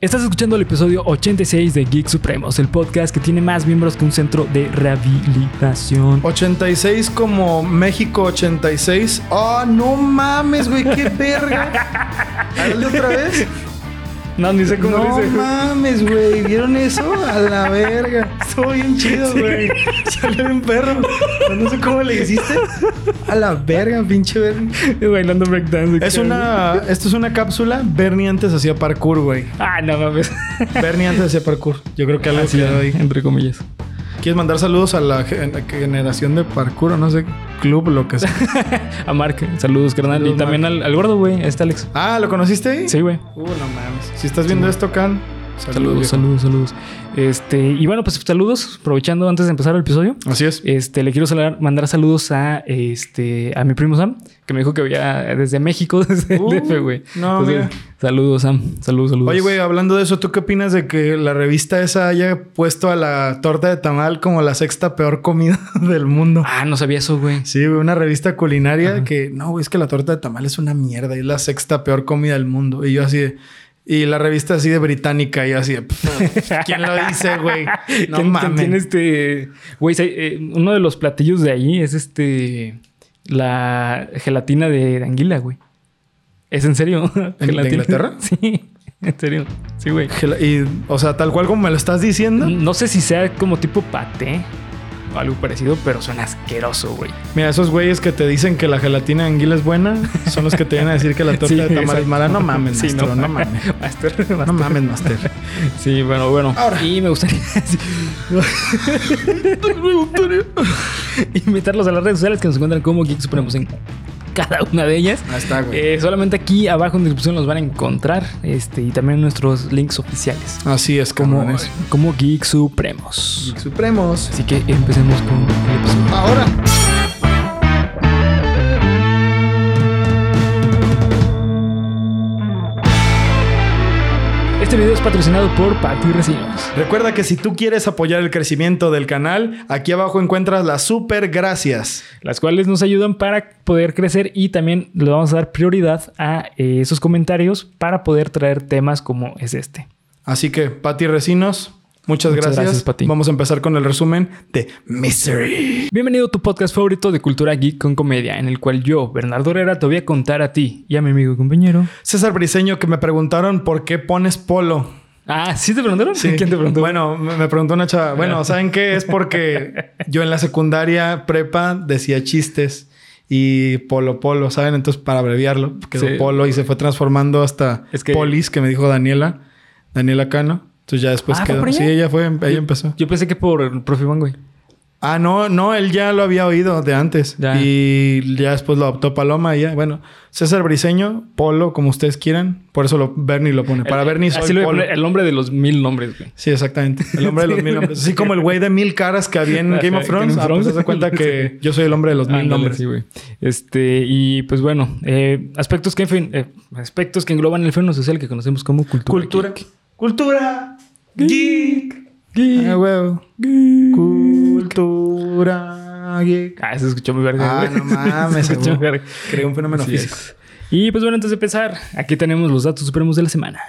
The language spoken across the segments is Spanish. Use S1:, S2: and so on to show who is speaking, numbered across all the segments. S1: Estás escuchando el episodio 86 de Geek Supremos, el podcast que tiene más miembros que un centro de rehabilitación.
S2: 86 como México 86. Oh, no mames, güey, qué verga. Hazle otra vez.
S1: No, ni sé cómo
S2: No
S1: dice.
S2: mames, güey. ¿Vieron eso? A la verga. Estuvo bien chido,
S1: Sí.
S2: güey. Salió un perro. Pero No sé cómo le hiciste. A la verga, pinche verga.
S1: Bailando breakdance.
S2: Es una. Esto es una cápsula. Bernie antes hacía parkour, güey.
S1: Ah, no mames.
S2: Bernie antes hacía parkour. Yo creo que algo
S1: Así,
S2: que le doy.
S1: entre comillas.
S2: ¿Quieres mandar saludos a la gen- generación de parkour o no sé? Club, lo que sea.
S1: A Mark, saludos, carnal.
S2: Saludos,
S1: y también
S2: Mark.
S1: al, al gordo, güey. Este Alex.
S2: Ah, ¿lo conociste ahí?
S1: Sí, güey.
S2: Uh, no mames. Si estás viendo esto, Can,
S1: Saludos, saludos, saludos. Este, y bueno, pues saludos, aprovechando antes de empezar el episodio.
S2: Así es.
S1: Este, le quiero salar- mandar saludos a este a mi primo Sam, que me dijo que había desde México, desde
S2: Uh,
S1: el DF, güey.
S2: no,
S1: Entonces,
S2: mira.
S1: saludos, Sam. Saludos, saludos.
S2: Oye, güey, hablando de eso, ¿tú qué opinas de que la revista esa haya puesto a la torta de tamal como la sexta peor comida del mundo?
S1: Ah, no sabía eso, güey.
S2: Sí, güey, una revista culinaria que no, güey, es que la torta de tamal es una mierda, es la sexta peor comida del mundo. Y yo así de. Y la revista así de británica, y yo así de. "Pff, ¿Quién lo dice, güey? No
S1: ¿Quién- quién tiene
S2: mames.
S1: este. Güey, se- eh, uno de los platillos de ahí es este. La gelatina de, de anguila, güey. ¿Es en serio?
S2: de
S1: Gelatina.
S2: Inglaterra?
S1: Sí, en serio. Sí, güey.
S2: Gel- Y, o sea, tal cual como me lo estás diciendo.
S1: No sé si sea como tipo paté o algo parecido, pero suena asqueroso, güey.
S2: Mira, esos güeyes que te dicen que la gelatina de anguila es buena son los que te vienen a decir que la torta
S1: Sí,
S2: de tamal
S1: exacto.
S2: es mala. No mames,
S1: Sí,
S2: maestro,
S1: no.
S2: no, mames.
S1: Master, master.
S2: No mames, master.
S1: Sí, bueno, bueno.
S2: Ahora.
S1: Y me gustaría. sí. me gustaría Invitarlos a las redes sociales que nos encuentran como Geek Supremos en cada una de ellas.
S2: Ahí está, güey.
S1: Eh, solamente aquí abajo en la descripción los van a encontrar. Este, y también nuestros links oficiales.
S2: Así es,
S1: Como,
S2: como es.
S1: como Geek Supremos.
S2: Supremos.
S1: Así que empecemos con el episodio.
S2: Ahora.
S1: Este video es patrocinado por Patty Resinos.
S2: Recuerda que si tú quieres apoyar el crecimiento del canal, aquí abajo encuentras las super gracias.
S1: las cuales nos ayudan para poder crecer y también le vamos a dar prioridad a eh, esos comentarios para poder traer temas como es este.
S2: Así que, Pati Recinos, muchas,
S1: Muchas
S2: gracias.
S1: gracias, Pati.
S2: Vamos a empezar con el resumen de Mystery.
S1: Bienvenido a tu podcast favorito de cultura geek con comedia, en el cual yo, Bernardo Herrera, te voy a contar a ti y a mi amigo y compañero.
S2: César Briseño, que me preguntaron por qué pones polo.
S1: Ah, ¿sí te preguntaron?
S2: Sí.
S1: ¿Quién te preguntó?
S2: Bueno, me me preguntó una chava. Bueno, ¿saben qué? Es porque yo en la secundaria prepa decía chistes y polo polo, ¿saben? Entonces, para abreviarlo, quedó
S1: Sí.
S2: polo y se fue transformando hasta
S1: Es que-
S2: polis, que me dijo Daniela, Daniela Cano. Entonces, ya después
S1: Ah, ¿fue
S2: quedó.
S1: por ella?
S2: Sí, ella fue, ella empezó.
S1: Yo pensé que por el profe Iván, güey.
S2: Ah, no, no, él ya lo había oído de antes.
S1: Ya.
S2: Y ya después lo adoptó Paloma y ya. Bueno, César Briseño, polo, como ustedes quieran. Por eso lo, Bernie lo pone. Para
S1: El-
S2: Bernie soy
S1: Así lo voy a
S2: polo.
S1: poner, el hombre de los mil nombres, güey.
S2: Sí, exactamente. El hombre de los mil nombres. Así como el güey de mil caras que había en
S1: Ajá,
S2: Game of Thrones.
S1: Game of
S2: Ah, pues
S1: Thrones.
S2: haz de cuenta que yo soy el hombre de los mil
S1: Ándale,
S2: nombres.
S1: sí, güey. Este, y pues bueno, eh, aspectos que en fin, eh, aspectos que engloban el fenómeno social que conocemos como cultura.
S2: Cultura.
S1: geek.
S2: Cultura. Geek.
S1: Geek.
S2: Ah, huevo.
S1: Geek.
S2: Cultura. Geek.
S1: Ah, se escuchó muy verga.
S2: Ah,
S1: güey.
S2: no mames,
S1: se escuchó muy
S2: güey.
S1: verga.
S2: Creé un fenómeno
S1: Así
S2: físico.
S1: es. Y pues bueno, antes de empezar, aquí tenemos los datos supremos de la semana.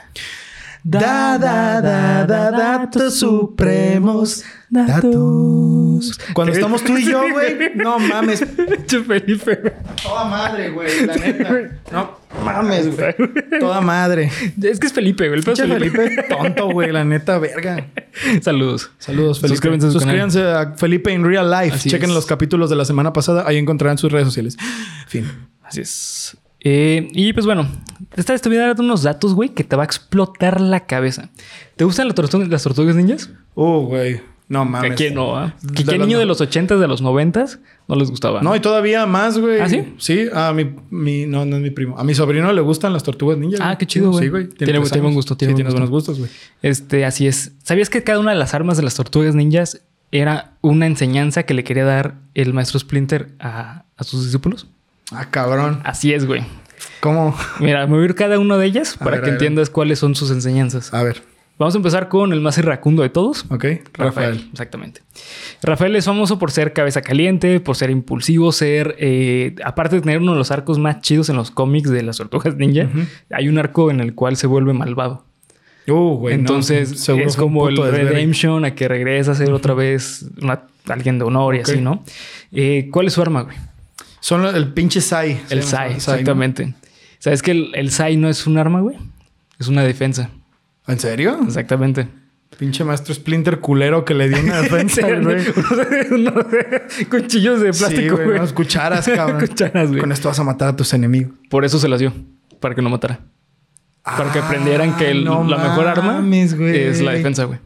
S2: Da, da, da, da, datos supremos. Datos. Cuando estamos tú y yo, güey. No mames.
S1: Che, Felipe.
S2: Toda madre, güey. La neta. No mames, güey. Toda madre.
S1: Es que es Felipe, güey. El pedo es
S2: Pinche
S1: Felipe.
S2: Felipe, tonto, güey. La neta, verga.
S1: Saludos.
S2: Saludos, Felipe.
S1: Suscríbanse a su
S2: Suscríbanse a Felipe in Real Life.
S1: Así
S2: Chequen
S1: es.
S2: los capítulos de la semana pasada. Ahí encontrarán sus redes sociales. Fin.
S1: Así es. Eh, y pues bueno, esta vez te voy a dar unos datos, güey, que te va a explotar la cabeza. ¿Te gustan las tortugas, las tortugas ninjas?
S2: Uh, güey. No mames.
S1: ¿Qué no? ah? ¿Qué,
S2: De
S1: qué
S2: los
S1: niño
S2: no-
S1: de los 80s, de los 90s no les gustaba?
S2: No, y todavía más, güey.
S1: ¿Ah, sí?
S2: Sí, a mi, mi- No, no es mi primo. A mi sobrino le gustan las tortugas ninja.
S1: Ah,
S2: güey.
S1: qué chido, güey.
S2: Sí, güey.
S1: Tiene-
S2: tres
S1: tiene buen
S2: años.
S1: gusto, tiene
S2: Sí,
S1: buen
S2: tienes buenos
S1: gusto.
S2: gustos, güey.
S1: Este, así es. ¿Sabías que cada una de las armas de las tortugas ninjas era una enseñanza que le quería dar el maestro Splinter a, a sus discípulos?
S2: Ah, cabrón.
S1: Así es, güey.
S2: ¿Cómo?
S1: Mira, me voy a ir cada una de ellas
S2: A
S1: para
S2: ver,
S1: que
S2: a ver. Ah.
S1: entiendas cuáles son sus enseñanzas.
S2: A ver.
S1: Vamos a empezar con el más irracundo de todos.
S2: Ok. Rafael.
S1: Exactamente. Rafael es famoso por ser cabeza caliente, por ser impulsivo, ser. eh, aparte de tener uno de los arcos más chidos en los cómics de las tortugas ninja, hay un arco en el cual se vuelve malvado.
S2: Uh, güey. no,
S1: Entonces
S2: seguro
S1: es
S2: fue un
S1: como el
S2: puto desvergue.
S1: Redemption a que regresa a ser otra vez una- alguien de honor y
S2: Ok.
S1: así, ¿no? Eh, ¿Cuál es su arma, güey?
S2: Son los- el pinche Sai. Se
S1: El
S2: llama
S1: Sai,
S2: ¿no?
S1: exactamente. ¿Sabes que el, el Sai no es un arma, güey? Es una defensa,
S2: ¿En serio?
S1: exactamente.
S2: Pinche maestro Splinter culero que le dio una defensa, güey.
S1: Unos- unos cuchillos de
S2: Sí,
S1: plástico,
S2: güey.
S1: güey.
S2: Unas cucharas, cabrón.
S1: Cucharas, güey.
S2: Con esto vas a matar a tus enemigos.
S1: Por eso se las dio, para que no matara. Para que aprendieran que el-
S2: Ah,
S1: la mejor arma
S2: mames, güey.
S1: es la defensa, güey.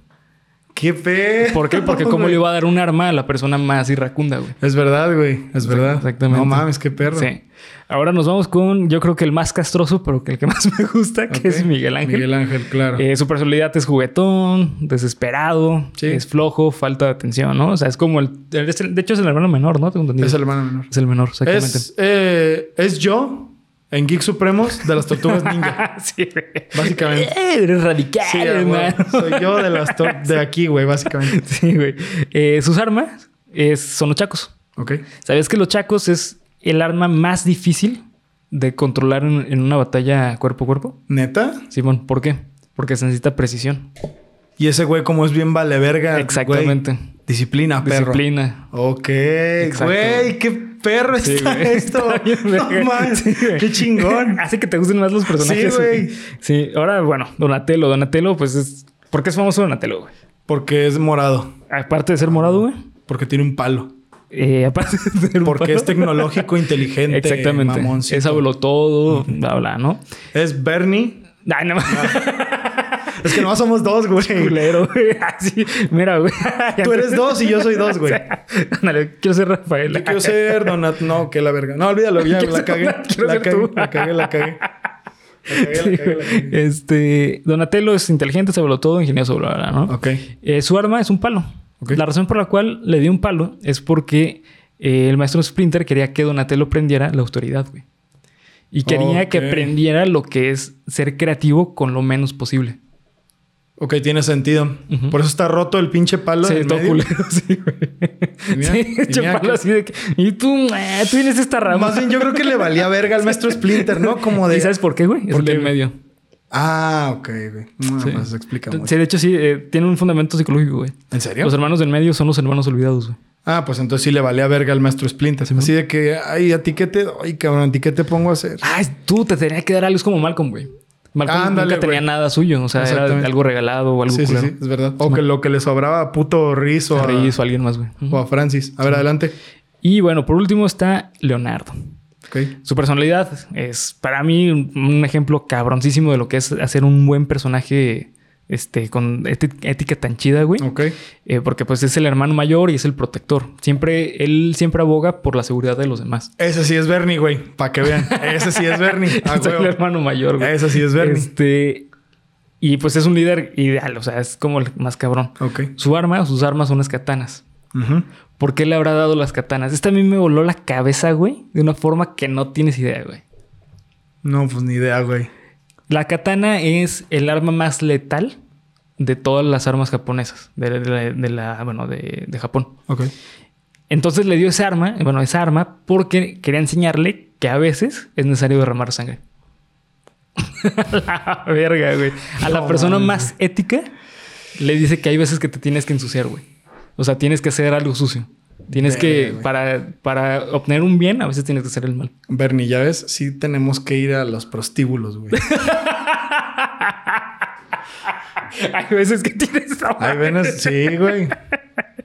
S2: ¿Qué pe?
S1: ¿Por qué? Porque cómo le iba a dar un arma a la persona más irracunda, güey.
S2: Es verdad, güey. Es verdad.
S1: Exactamente.
S2: No mames, qué perro.
S1: Sí. Ahora nos vamos con, yo creo que el más castroso, pero que el que más me gusta, que
S2: Ok.
S1: es Miguel Ángel.
S2: Miguel Ángel, claro.
S1: Eh, su personalidad es juguetón, desesperado,
S2: Sí.
S1: es flojo, falta de atención, ¿no? O sea, es como el. es el- De hecho, es el hermano menor, ¿no? Tengo entendido.
S2: es el hermano menor.
S1: Es el menor, exactamente.
S2: Es, eh, es yo en Geek Supremos de las Tortugas Ninja.
S1: sí, güey.
S2: Básicamente.
S1: Eh, eres radical,
S2: Sí, ah, güey.
S1: hermano.
S2: Soy yo de las tor- de aquí, güey, básicamente.
S1: Sí, güey. Eh, sus armas es- son los chacos.
S2: Ok.
S1: ¿Sabías que los chacos es el arma más difícil de controlar en, en una batalla cuerpo a cuerpo?
S2: ¿Neta?
S1: Simón, ¿por qué? Porque se necesita precisión.
S2: Y ese güey, como es bien vale verga.
S1: Exactamente.
S2: Ah, güey. Disciplina, perro.
S1: Disciplina.
S2: Ok.
S1: Exacto.
S2: Güey, qué perro
S1: Sí,
S2: está
S1: güey.
S2: esto.
S1: Está bien,
S2: No
S1: verga.
S2: mames,
S1: Sí, güey.
S2: qué chingón.
S1: Hace que te gusten más los personajes.
S2: Sí, güey.
S1: Sí, ahora, bueno, Donatello. Donatello, pues es. ¿Por qué es famoso Donatello, güey?
S2: Porque es morado.
S1: Aparte de ser morado, güey.
S2: Porque tiene un palo.
S1: eh, aparte de ser
S2: Porque
S1: morado-
S2: es tecnológico, inteligente.
S1: Exactamente.
S2: mamoncito.
S1: Es abuelo todo, bla, bla, ¿no?
S2: Es Bernie.
S1: Ay, no
S2: Es que no somos dos, güey.
S1: culero, güey. Así, mira, güey.
S2: Tú eres dos y yo soy dos, güey.
S1: Ándale, quiero ser Rafael.
S2: Yo quiero ser Donat. No, que la verga. No, olvídalo, ya
S1: Quiero
S2: la
S1: ser
S2: cagué.
S1: Donat, quiero
S2: La
S1: ser
S2: cagué,
S1: tú.
S2: la cagué, la cagué. La cagué,
S1: Sí,
S2: la cagué, la
S1: güey.
S2: cagué.
S1: Este, Donatello es inteligente, se voló todo, ingenioso, bla, bla, bla, ¿no?
S2: Ok.
S1: Eh, su arma es un palo.
S2: Ok.
S1: La razón por la cual le dio un palo es porque eh, el maestro Splinter quería que Donatello prendiera la autoridad, güey. Y quería que
S2: Ok.
S1: aprendiera lo que es ser creativo con lo menos posible.
S2: Ok, tiene sentido.
S1: Ujú.
S2: Por eso está roto el pinche palo.
S1: Sí,
S2: del
S1: todo
S2: medio.
S1: culero, sí, güey.
S2: mira,
S1: Sí,
S2: y
S1: hecho
S2: mira
S1: palo
S2: que-
S1: así de que... Y tú, ah, tú tienes esta rama.
S2: Más bien, yo creo que le valía verga al maestro Splinter, ¿no? Como de.
S1: ¿Y sabes por qué, güey? Es
S2: ¿Por
S1: el
S2: qué,
S1: del
S2: güey?
S1: medio.
S2: Ah, ok, güey. No,
S1: Sí.
S2: Pues explica mucho.
S1: Sí, de hecho, sí, eh, tiene un fundamento psicológico, güey.
S2: ¿En serio?
S1: Los hermanos del medio son los hermanos olvidados, güey.
S2: Ah, pues entonces sí le valía verga al maestro Splinter. Así de que, ay, a ti qué te doy, cabrón, a ti qué te pongo a hacer.
S1: Ah, es- tú te tenía que dar algo. Es como Malcolm, güey. Malcolm
S2: Ándale,
S1: nunca tenía
S2: güey.
S1: nada suyo. O sea, era
S2: Exactamente.
S1: algo regalado o algo
S2: sí, sí,
S1: culero.
S2: sí, es verdad. O que lo que le sobraba a puto Riz o
S1: A
S2: a,
S1: Reyes o a alguien más, güey. Ujú.
S2: o a Francis. A ver, adelante.
S1: Y bueno, por último está Leonardo.
S2: Ok.
S1: Su personalidad es para mí un un ejemplo cabroncísimo de lo que es hacer un buen personaje este, con eti- ética tan chida, güey.
S2: Ok.
S1: Eh, porque pues es el hermano mayor y es el protector. Siempre, él siempre aboga por la seguridad de los demás.
S2: Ese sí es Bernie, güey. Para que vean. Ese sí es Bernie. Ah,
S1: es el
S2: güey.
S1: hermano mayor, güey.
S2: Ese sí es Bernie.
S1: Este, y pues es un líder ideal, o sea, es como el más cabrón.
S2: Ok.
S1: Su arma, sus armas son las katanas.
S2: Ujú.
S1: ¿Por qué le habrá dado las katanas? Esta a mí me voló la cabeza, güey, de una forma que no tienes idea, güey.
S2: No, pues ni idea, güey.
S1: La katana es el arma más letal de todas las armas japonesas, de, de la, de la- bueno, de, de Japón.
S2: Ok.
S1: Entonces le dio esa arma, bueno, esa arma, porque quería enseñarle que a veces es necesario derramar sangre. la verga, güey. A la
S2: No,
S1: persona
S2: mames.
S1: más ética le dice que hay veces que te tienes que ensuciar, güey. O sea, tienes que hacer algo sucio. Tienes que,
S2: Verga, güey.
S1: para, para obtener un bien, a veces tienes que hacer el mal.
S2: Bernie, ya ves, sí tenemos que ir a los prostíbulos, güey.
S1: hay veces que tienes...
S2: Ahí venas, sí, güey.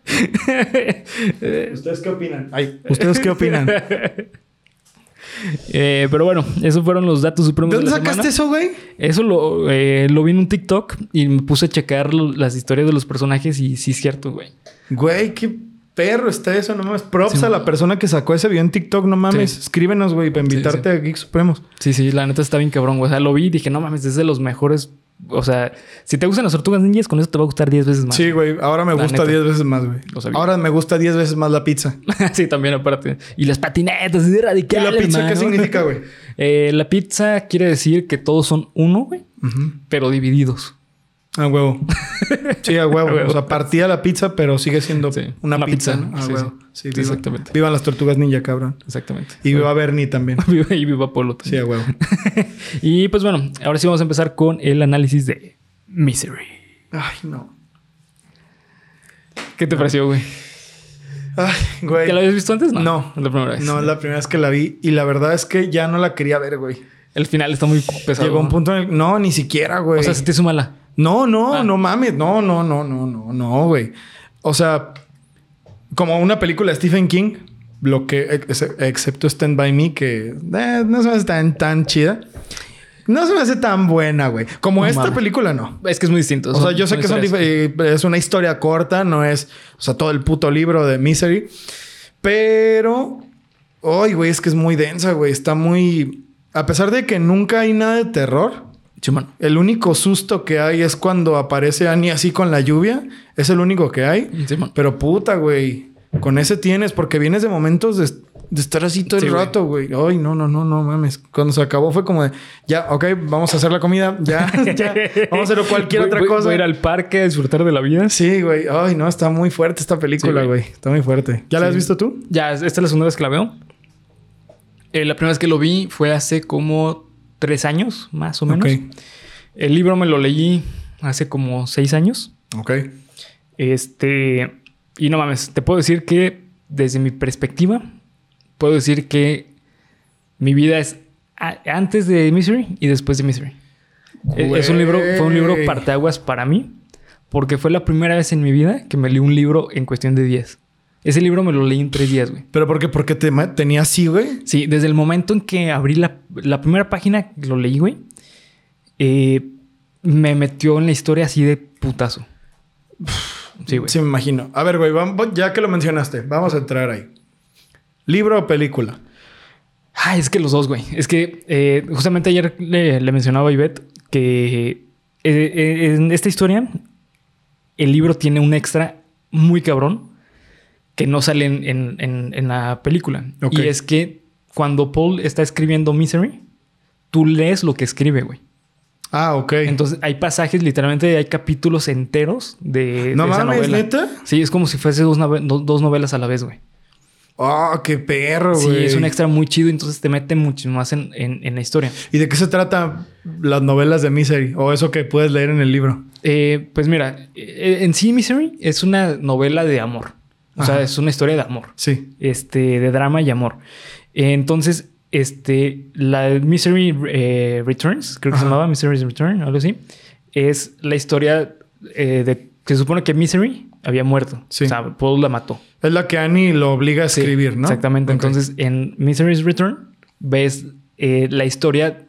S1: Eh,
S2: ¿Ustedes qué opinan? Ay, ¿ustedes qué opinan? ¿De
S1: Eh, pero bueno, esos fueron los datos supremos.
S2: dónde
S1: de la semana.
S2: sacaste eso, güey?
S1: eso? lo, eh, lo vi en un TikTok y me puse a checar lo- las historias de los personajes y sí es cierto, güey.
S2: Güey, qué perro está eso, no mames. Props
S1: Sí,
S2: a la persona que sacó ese video en TikTok, no mames.
S1: Sí.
S2: Escríbenos, güey, para invitarte a Geek Supremos.
S1: Sí, sí, la neta está bien cabrón, güey. O sea, lo vi y dije, no mames, es de los mejores. O sea, si te gustan las tortugas ninjas, con eso te va a gustar 10 veces más.
S2: Sí, güey. Ahora me
S1: La
S2: gusta
S1: neta.
S2: 10 veces más, güey.
S1: Lo sabía.
S2: Ahora me gusta 10 veces más la pizza.
S1: Sí, también aparte. Y las patinetas, es
S2: ¿Y
S1: radical.
S2: la pizza qué
S1: hermano.
S2: significa, güey?
S1: Eh, la pizza quiere decir que todos son uno, güey,
S2: Ujú.
S1: pero divididos.
S2: A huevo. Sí, a
S1: A
S2: huevo.
S1: huevo.
S2: O sea, partía la pizza, pero sigue siendo
S1: Sí,
S2: una,
S1: una
S2: pizza.
S1: pizza,
S2: ¿no? A
S1: sí,
S2: huevo.
S1: sí.
S2: Sí, viva.
S1: Exactamente.
S2: Vivan las tortugas ninja, cabrón.
S1: Exactamente.
S2: Y viva Bernie también.
S1: Viva- y viva Polo.
S2: Sí,
S1: también.
S2: a huevo.
S1: Y pues bueno, ahora sí vamos a empezar con el análisis de Misery.
S2: Ay, no.
S1: ¿Qué te pareció, güey?
S2: Ay, güey.
S1: ¿Ya lo habías visto antes?
S2: No.
S1: Es la primera vez.
S2: No, es la primera vez que la vi. Y la verdad es que ya no la quería ver, güey.
S1: El final está muy pesado.
S2: Llegó un
S1: ¿no?
S2: punto en el... No, ni siquiera, güey.
S1: O sea, se te hizo mala.
S2: No, no,
S1: Ah.
S2: no mames. No, no, no, no, no, no, güey. O sea, como una película de Stephen King, lo que, ex- excepto Stand By Me, que eh, no se me hace tan, tan chida. No se me hace tan buena, güey. Como
S1: No
S2: esta
S1: mames.
S2: película, no.
S1: Es que es muy distinto.
S2: O sea, yo sé que son
S1: historias.
S2: dife- eh, es una historia corta, no es, o sea, todo el puto libro de Misery. Pero, ay, güey, es que es muy densa, güey. Está muy. A pesar de que nunca hay nada de terror,
S1: Chumano.
S2: el único susto que hay es cuando aparece Annie así con la lluvia. Es el único que hay.
S1: Sí, man.
S2: Pero puta, güey. Con ese tienes, porque vienes de momentos de, de estar así todo
S1: Sí,
S2: el
S1: güey.
S2: rato, güey. Ay, no, no, no, no mames. Cuando se acabó fue como de, ya, ok, vamos a hacer la comida, ya, ya. Vamos a hacer cualquier
S1: Voy-
S2: otra
S1: voy-
S2: cosa.
S1: Voy a ir al parque a disfrutar de la vida.
S2: Sí, güey. Ay, no, está muy fuerte esta película,
S1: Sí, güey.
S2: güey. Está muy fuerte. ¿Ya la
S1: Sí.
S2: has visto tú?
S1: Ya, esta es la segunda vez que la veo. Eh, la primera vez que lo vi fue hace como tres años, más o menos. El libro me lo leí hace como seis años.
S2: Ok.
S1: Este. Y no mames, te puedo decir que desde mi perspectiva, puedo decir que mi vida es a- antes de Misery y después de Misery. E- Es un libro, fue un libro
S2: Güey.
S1: parteaguas para mí, porque fue la primera vez en mi vida que me leí un libro en cuestión de días. Ese libro me lo leí en tres días, güey.
S2: ¿Pero por qué? Porque te ma- tenía así, güey.
S1: Sí, desde el momento en que abrí la, la primera página, lo leí, güey. eh, me metió en la historia así de putazo. Sí, güey.
S2: Sí, me imagino. A ver, güey, vam- ya que lo mencionaste, vamos a entrar ahí. ¿Libro o película?
S1: Ah, es que los dos, güey. Es que eh, justamente ayer le, le mencionaba a Ivette que eh, eh, en esta historia el libro tiene un extra muy cabrón que no sale en, en- en- en la película.
S2: Ok.
S1: Y es que cuando Paul está escribiendo Misery, tú lees lo que escribe, güey.
S2: Ah, ok.
S1: Entonces hay pasajes, literalmente hay capítulos enteros de,
S2: no
S1: de esa
S2: mames,
S1: novela.
S2: neta.
S1: Sí, es como si fuese dos, nove- do- dos novelas a la vez, güey.
S2: Ah, qué perro,
S1: Sí,
S2: güey.
S1: es un extra muy chido, entonces te mete mucho más en- en- en la historia.
S2: ¿Y de qué se trata las novelas de Misery? O eso que puedes leer en el libro.
S1: Eh, pues mira, eh, en sí Misery es una novela de amor. O sea,
S2: Ajá.
S1: es una historia de amor.
S2: Sí.
S1: Este, de drama y amor. Eh, Entonces, este, la Misery eh, Returns, creo que se
S2: Ajá.
S1: llamaba Misery Return, algo así, es la historia eh, de que se supone que Misery había muerto.
S2: Sí.
S1: O sea, Paul la mató.
S2: Es la que Annie lo obliga a
S1: Sí,
S2: escribir, ¿no?
S1: Exactamente.
S2: Ok.
S1: Entonces, en Misery's Return ves eh, la historia.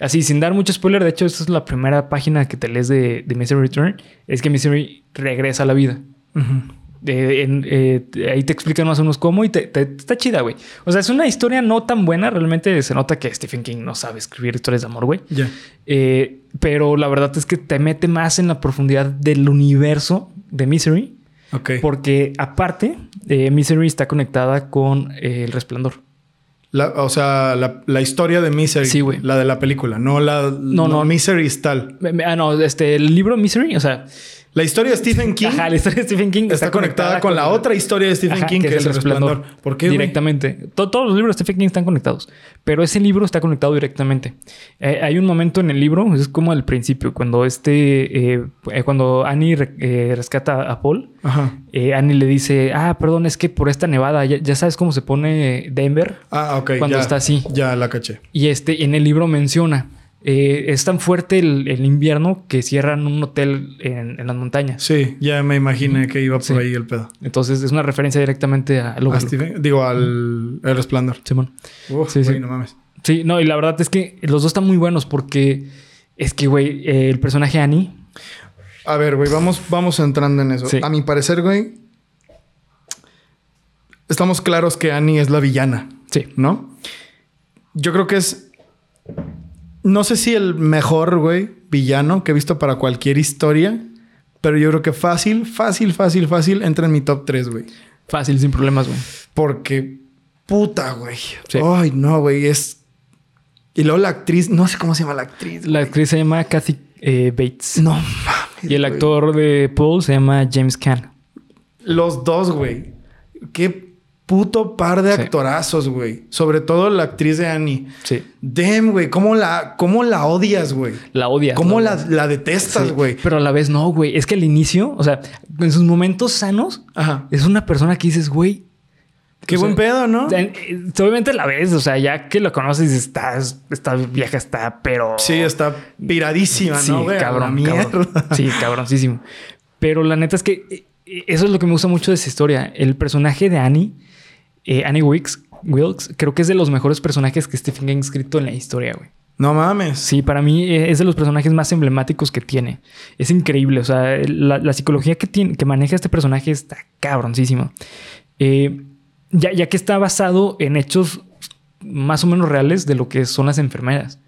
S1: Así, sin dar mucho spoiler, de hecho, esta es la primera página que te lees de, de Misery Return. Es que Misery regresa a la vida.
S2: Ujú.
S1: Eh, en- eh, te- ahí te explican más o menos cómo y te, te- está chida, güey. O sea, es una historia no tan buena. Realmente se nota que Stephen King no sabe escribir historias de amor, güey.
S2: Ya.
S1: Eh, pero la verdad es que te mete más en la profundidad del universo de Misery.
S2: Ok.
S1: Porque aparte, eh, Misery está conectada con eh, El Resplandor.
S2: La- o sea, la, la historia de Misery.
S1: Sí, güey.
S2: La de la película, no la. No,
S1: no.
S2: Misery es tal.
S1: Me- me- Ah, no, este, el libro Misery, o sea,
S2: La historia de Stephen King
S1: ajá, la historia de Stephen King
S2: está, conectada con, la otra historia de Stephen
S1: Ajá,
S2: King, que, es El Resplandor. ¿Por qué? güey?
S1: Directamente. To- todos los libros de Stephen King están conectados, pero ese libro está conectado directamente. Eh, hay un momento en el libro, es como al principio, cuando este, eh, eh, cuando Annie re- eh, rescata a Paul,
S2: Ajá.
S1: eh, Annie le dice, ah, perdón, es que por esta nevada, ya, ya sabes cómo se pone Denver.
S2: Ah, ok.
S1: Cuando
S2: ya,
S1: está así.
S2: Ya la caché.
S1: Y este, en el libro menciona, eh, es tan fuerte el, el invierno que cierran un hotel en, en las montañas.
S2: Sí, ya me imaginé que iba por
S1: Sí.
S2: ahí el pedo.
S1: Entonces es una referencia directamente a lo
S2: A Stephen, digo, al El Resplandor.
S1: Simón.
S2: Uf,
S1: Sí, sí.
S2: güey, no mames.
S1: Sí, no, y la verdad es que los dos están muy buenos porque es que, güey, eh, el personaje Annie,
S2: A ver, güey, vamos, vamos entrando en eso.
S1: Sí.
S2: A mi parecer, güey, estamos claros que Annie es la villana.
S1: sí,
S2: ¿no? Yo creo que es. No sé si el mejor, güey, villano que he visto para cualquier historia, pero yo creo que fácil, fácil, fácil, fácil entra en mi top 3, güey.
S1: fácil, sin problemas, güey.
S2: Porque puta, güey.
S1: Sí.
S2: Ay, no, güey, es. Y luego la actriz, no sé cómo se llama la actriz.
S1: La actriz se llama Kathy eh, Bates
S2: No mames.
S1: y el
S2: güey.
S1: actor de Paul se llama James Caan.
S2: Los dos, güey. Qué puto par de
S1: Sí.
S2: actorazos, güey. Sobre todo la actriz de Annie.
S1: Sí.
S2: Damn, güey, ¿cómo la, cómo la odias, güey?
S1: La odias.
S2: ¿Cómo
S1: la
S2: la, la detestas,
S1: Sí,
S2: güey?
S1: Pero a la vez no, güey. Es que al inicio, o sea, en sus momentos sanos,
S2: Ajá.
S1: es una persona que dices, güey.
S2: Qué
S1: o
S2: buen
S1: sea,
S2: pedo, ¿no?
S1: en- eh, Obviamente la ves, o sea, ya que lo conoces, estás, esta vieja está, pero.
S2: Sí, está piradísima,
S1: Sí,
S2: ¿no, güey? A la
S1: cabrón,
S2: mierda.
S1: cabrón. Sí, cabroncísimo. Pero la neta es que eh, eh, eso es lo que me gusta mucho de esa historia. El personaje de Annie, eh, Annie Wilkes, Wilkes, creo que es de los mejores personajes que Stephen King ha escrito en la historia, güey.
S2: No mames.
S1: Sí, para mí eh, es de los personajes más emblemáticos que tiene. Es increíble. O sea, la, la psicología que, tiene, que maneja este personaje está cabroncísima. Eh, ya, ya que está basado en hechos más o menos reales de lo que son las enfermeras.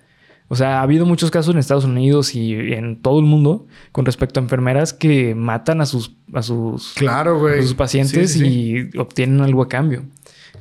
S1: O sea, ha habido muchos casos en Estados Unidos y en todo el mundo con respecto a enfermeras que matan a sus, a sus,
S2: Claro, güey.
S1: a sus pacientes
S2: Sí, sí, sí.
S1: y obtienen algo a cambio.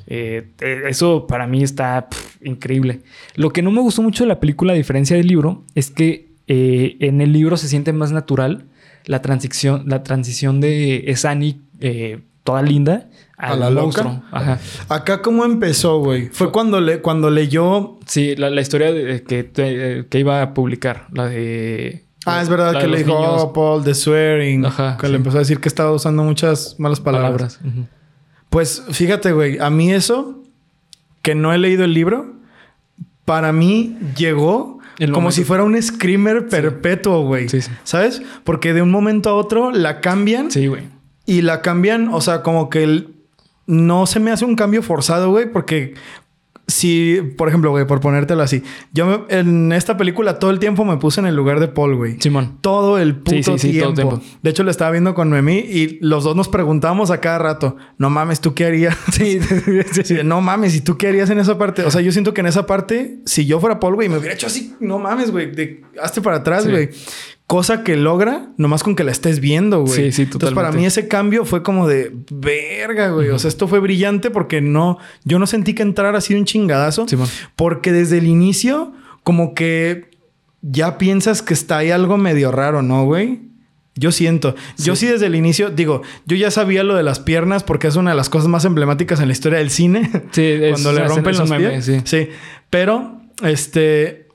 S1: Eh, eh, eso para mí está pff, increíble. Lo que no me gustó mucho de la película, a diferencia del libro, es que eh, en el libro se siente más natural la transición, la transición de es Annie eh, toda linda
S2: ¿A
S1: al
S2: la loca?
S1: monstruo. Ajá.
S2: Acá cómo empezó, güey. Fue cuando le cuando leyó
S1: Sí, la, la historia de- que, te- que iba a publicar, la de.
S2: Ah, es
S1: la
S2: verdad
S1: de
S2: que le
S1: los
S2: dijo
S1: niños,
S2: "Oh, Paul the swearing,
S1: Ajá,
S2: que
S1: sí.
S2: le empezó a decir que estaba usando muchas malas palabras.
S1: palabras. Ujú.
S2: Pues fíjate, güey, a mí eso que no he leído el libro para mí llegó
S1: El
S2: como
S1: momento.
S2: si fuera un screamer perpetuo, güey.
S1: Sí, sí.
S2: ¿Sabes? Porque de un momento a otro la cambian
S1: Sí, güey.
S2: y la cambian, o sea, como que el- no se me hace un cambio forzado, güey, porque si, por ejemplo, güey, por ponértelo así, yo me- en esta película todo el tiempo me puse en el lugar de Paul, güey.
S1: Simón.
S2: Todo el puto
S1: Sí, sí, sí, todo
S2: tiempo.
S1: el tiempo.
S2: De hecho, lo estaba viendo con Noemí y los dos nos preguntábamos a cada rato, no mames, ¿tú qué harías?
S1: Sí, sí,
S2: Sí, de, no mames, ¿y tú qué harías en esa parte? O sea, yo siento que en esa parte, si yo fuera Paul, güey, me hubiera hecho así, no mames, güey, de- hazte para atrás,
S1: Sí.
S2: güey. Cosa que logra nomás con que la estés viendo, güey.
S1: Sí, sí,
S2: Entonces, para
S1: totalmente.
S2: mí ese cambio fue como de verga, güey. O sea, esto fue brillante porque no, yo no sentí que entrar así de un chingadazo.
S1: Simón.
S2: Porque desde el inicio, como que ya piensas que está ahí algo medio raro, ¿no, güey? Yo siento. Yo sí desde el inicio, digo, yo ya sabía lo de las piernas porque es una de las cosas más emblemáticas en la historia del cine.
S1: Sí, es-
S2: Cuando le
S1: es-
S2: rompen
S1: es
S2: los
S1: un meme,
S2: pies.
S1: sí.
S2: Pero, este...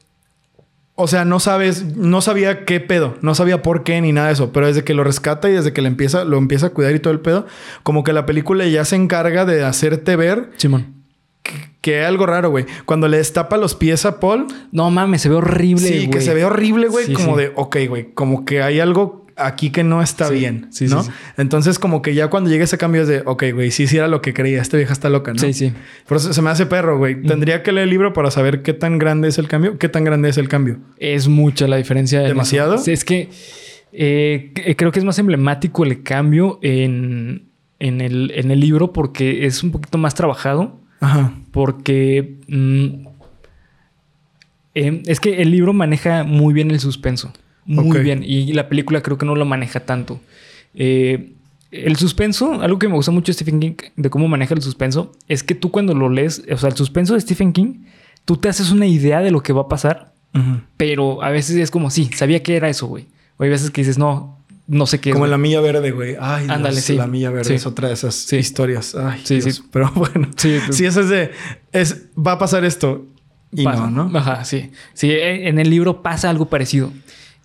S2: O sea, no sabes, no sabía qué pedo, no sabía por qué ni nada de eso, pero desde que lo rescata y desde que le empieza, lo empieza a cuidar y todo el pedo, como que la película ya se encarga de hacerte ver
S1: Simón.
S2: que hay algo raro, güey. Cuando le destapa los pies a Paul,
S1: No mames, se ve horrible.
S2: sí, que
S1: güey.
S2: se ve horrible, güey.
S1: Sí,
S2: como
S1: sí.
S2: de, ok, güey, como que hay algo aquí que no está
S1: Sí,
S2: bien,
S1: sí, sí,
S2: ¿no?
S1: sí.
S2: Entonces, como que ya cuando llega ese cambio es de, ok, güey, sí, sí era lo que creía, esta vieja está loca, ¿no?
S1: Sí, sí.
S2: Por eso se me hace perro, güey. Tendría que leer el libro para saber qué tan grande es el cambio, qué tan grande es el cambio.
S1: Es mucha la diferencia. en
S2: ¿Demasiado?
S1: eso. Sí, Es que eh, c- creo que es más emblemático el cambio en, en, el, en el libro porque es un poquito más trabajado.
S2: Ajá.
S1: Porque mm, em, es que el libro maneja muy bien el suspenso. Muy
S2: Ok.
S1: bien. Y la película creo que no lo maneja tanto. Eh, el suspenso, algo que me gusta mucho de Stephen King, de cómo maneja el suspenso, es que tú cuando lo lees, o sea, el suspenso de Stephen King, tú te haces una idea de lo que va a pasar, pero a veces es como, sí, sabía que era eso, güey. O hay veces que dices, no, no sé qué es.
S2: Como en
S1: güey".
S2: la milla verde, güey. Ay,
S1: Ándale,
S2: Dios,
S1: sí.
S2: la milla verde
S1: Sí.
S2: es otra de esas
S1: Sí.
S2: historias. Ay,
S1: Sí,
S2: Dios.
S1: sí.
S2: Pero bueno,
S1: Sí,
S2: sí,
S1: tú-
S2: sí, eso es de, es, va a pasar esto y
S1: Pasa.
S2: no, ¿no?
S1: Ajá, sí. Sí, e- en el libro pasa algo parecido.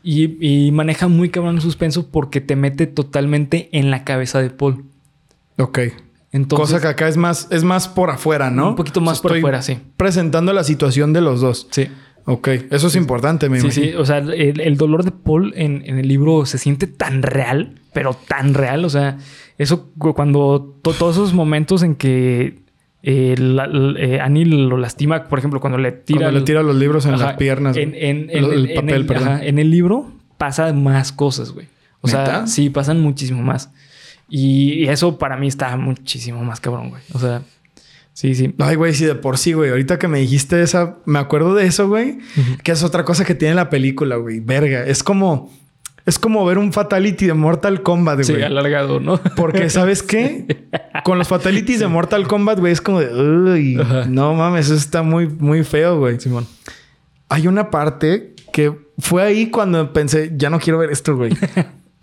S1: Y, y maneja muy cabrón el suspenso porque te mete totalmente en la cabeza de Paul.
S2: Ok.
S1: Entonces,
S2: Cosa que acá es más, es más por afuera, ¿no?
S1: Un poquito más por
S2: estoy
S1: afuera, sí.
S2: Presentando la situación de los dos.
S1: sí.
S2: Ok, eso es importante, me
S1: Sí,
S2: imagino.
S1: sí. O sea, el, el dolor de Paul en, en el libro se siente tan real, pero tan real. O sea, eso cu- cuando to- todos esos momentos en que eh, la- la- eh, Annie lo lastima, por ejemplo, cuando le tira.
S2: Cuando le
S1: el-
S2: tira los libros en
S1: Ajá,
S2: las piernas.
S1: En,
S2: güey.
S1: en-
S2: Lo-
S1: en-
S2: el
S1: en
S2: papel,
S1: el,
S2: perdón.
S1: ajá, en el libro pasa más cosas, güey. O sea,
S2: ¿Neta?
S1: sí, pasan muchísimo más. Y, y eso para mí está muchísimo más cabrón, güey. O sea, sí, sí.
S2: Ay, güey, sí, de por sí, güey. Ahorita que me dijiste esa, me acuerdo de eso, güey. Que es otra cosa que tiene la película, güey. Verga. Es como, es como ver un fatality de Mortal Kombat,
S1: Sí,
S2: güey.
S1: alargado, ¿no?
S2: Porque, ¿sabes qué? Con los fatalities de Mortal Kombat, güey, es como de... Uy,
S1: Ajá.
S2: no mames, eso está muy, muy feo, güey.
S1: Simón.
S2: Hay una parte que fue ahí cuando pensé, ya no quiero ver esto, güey.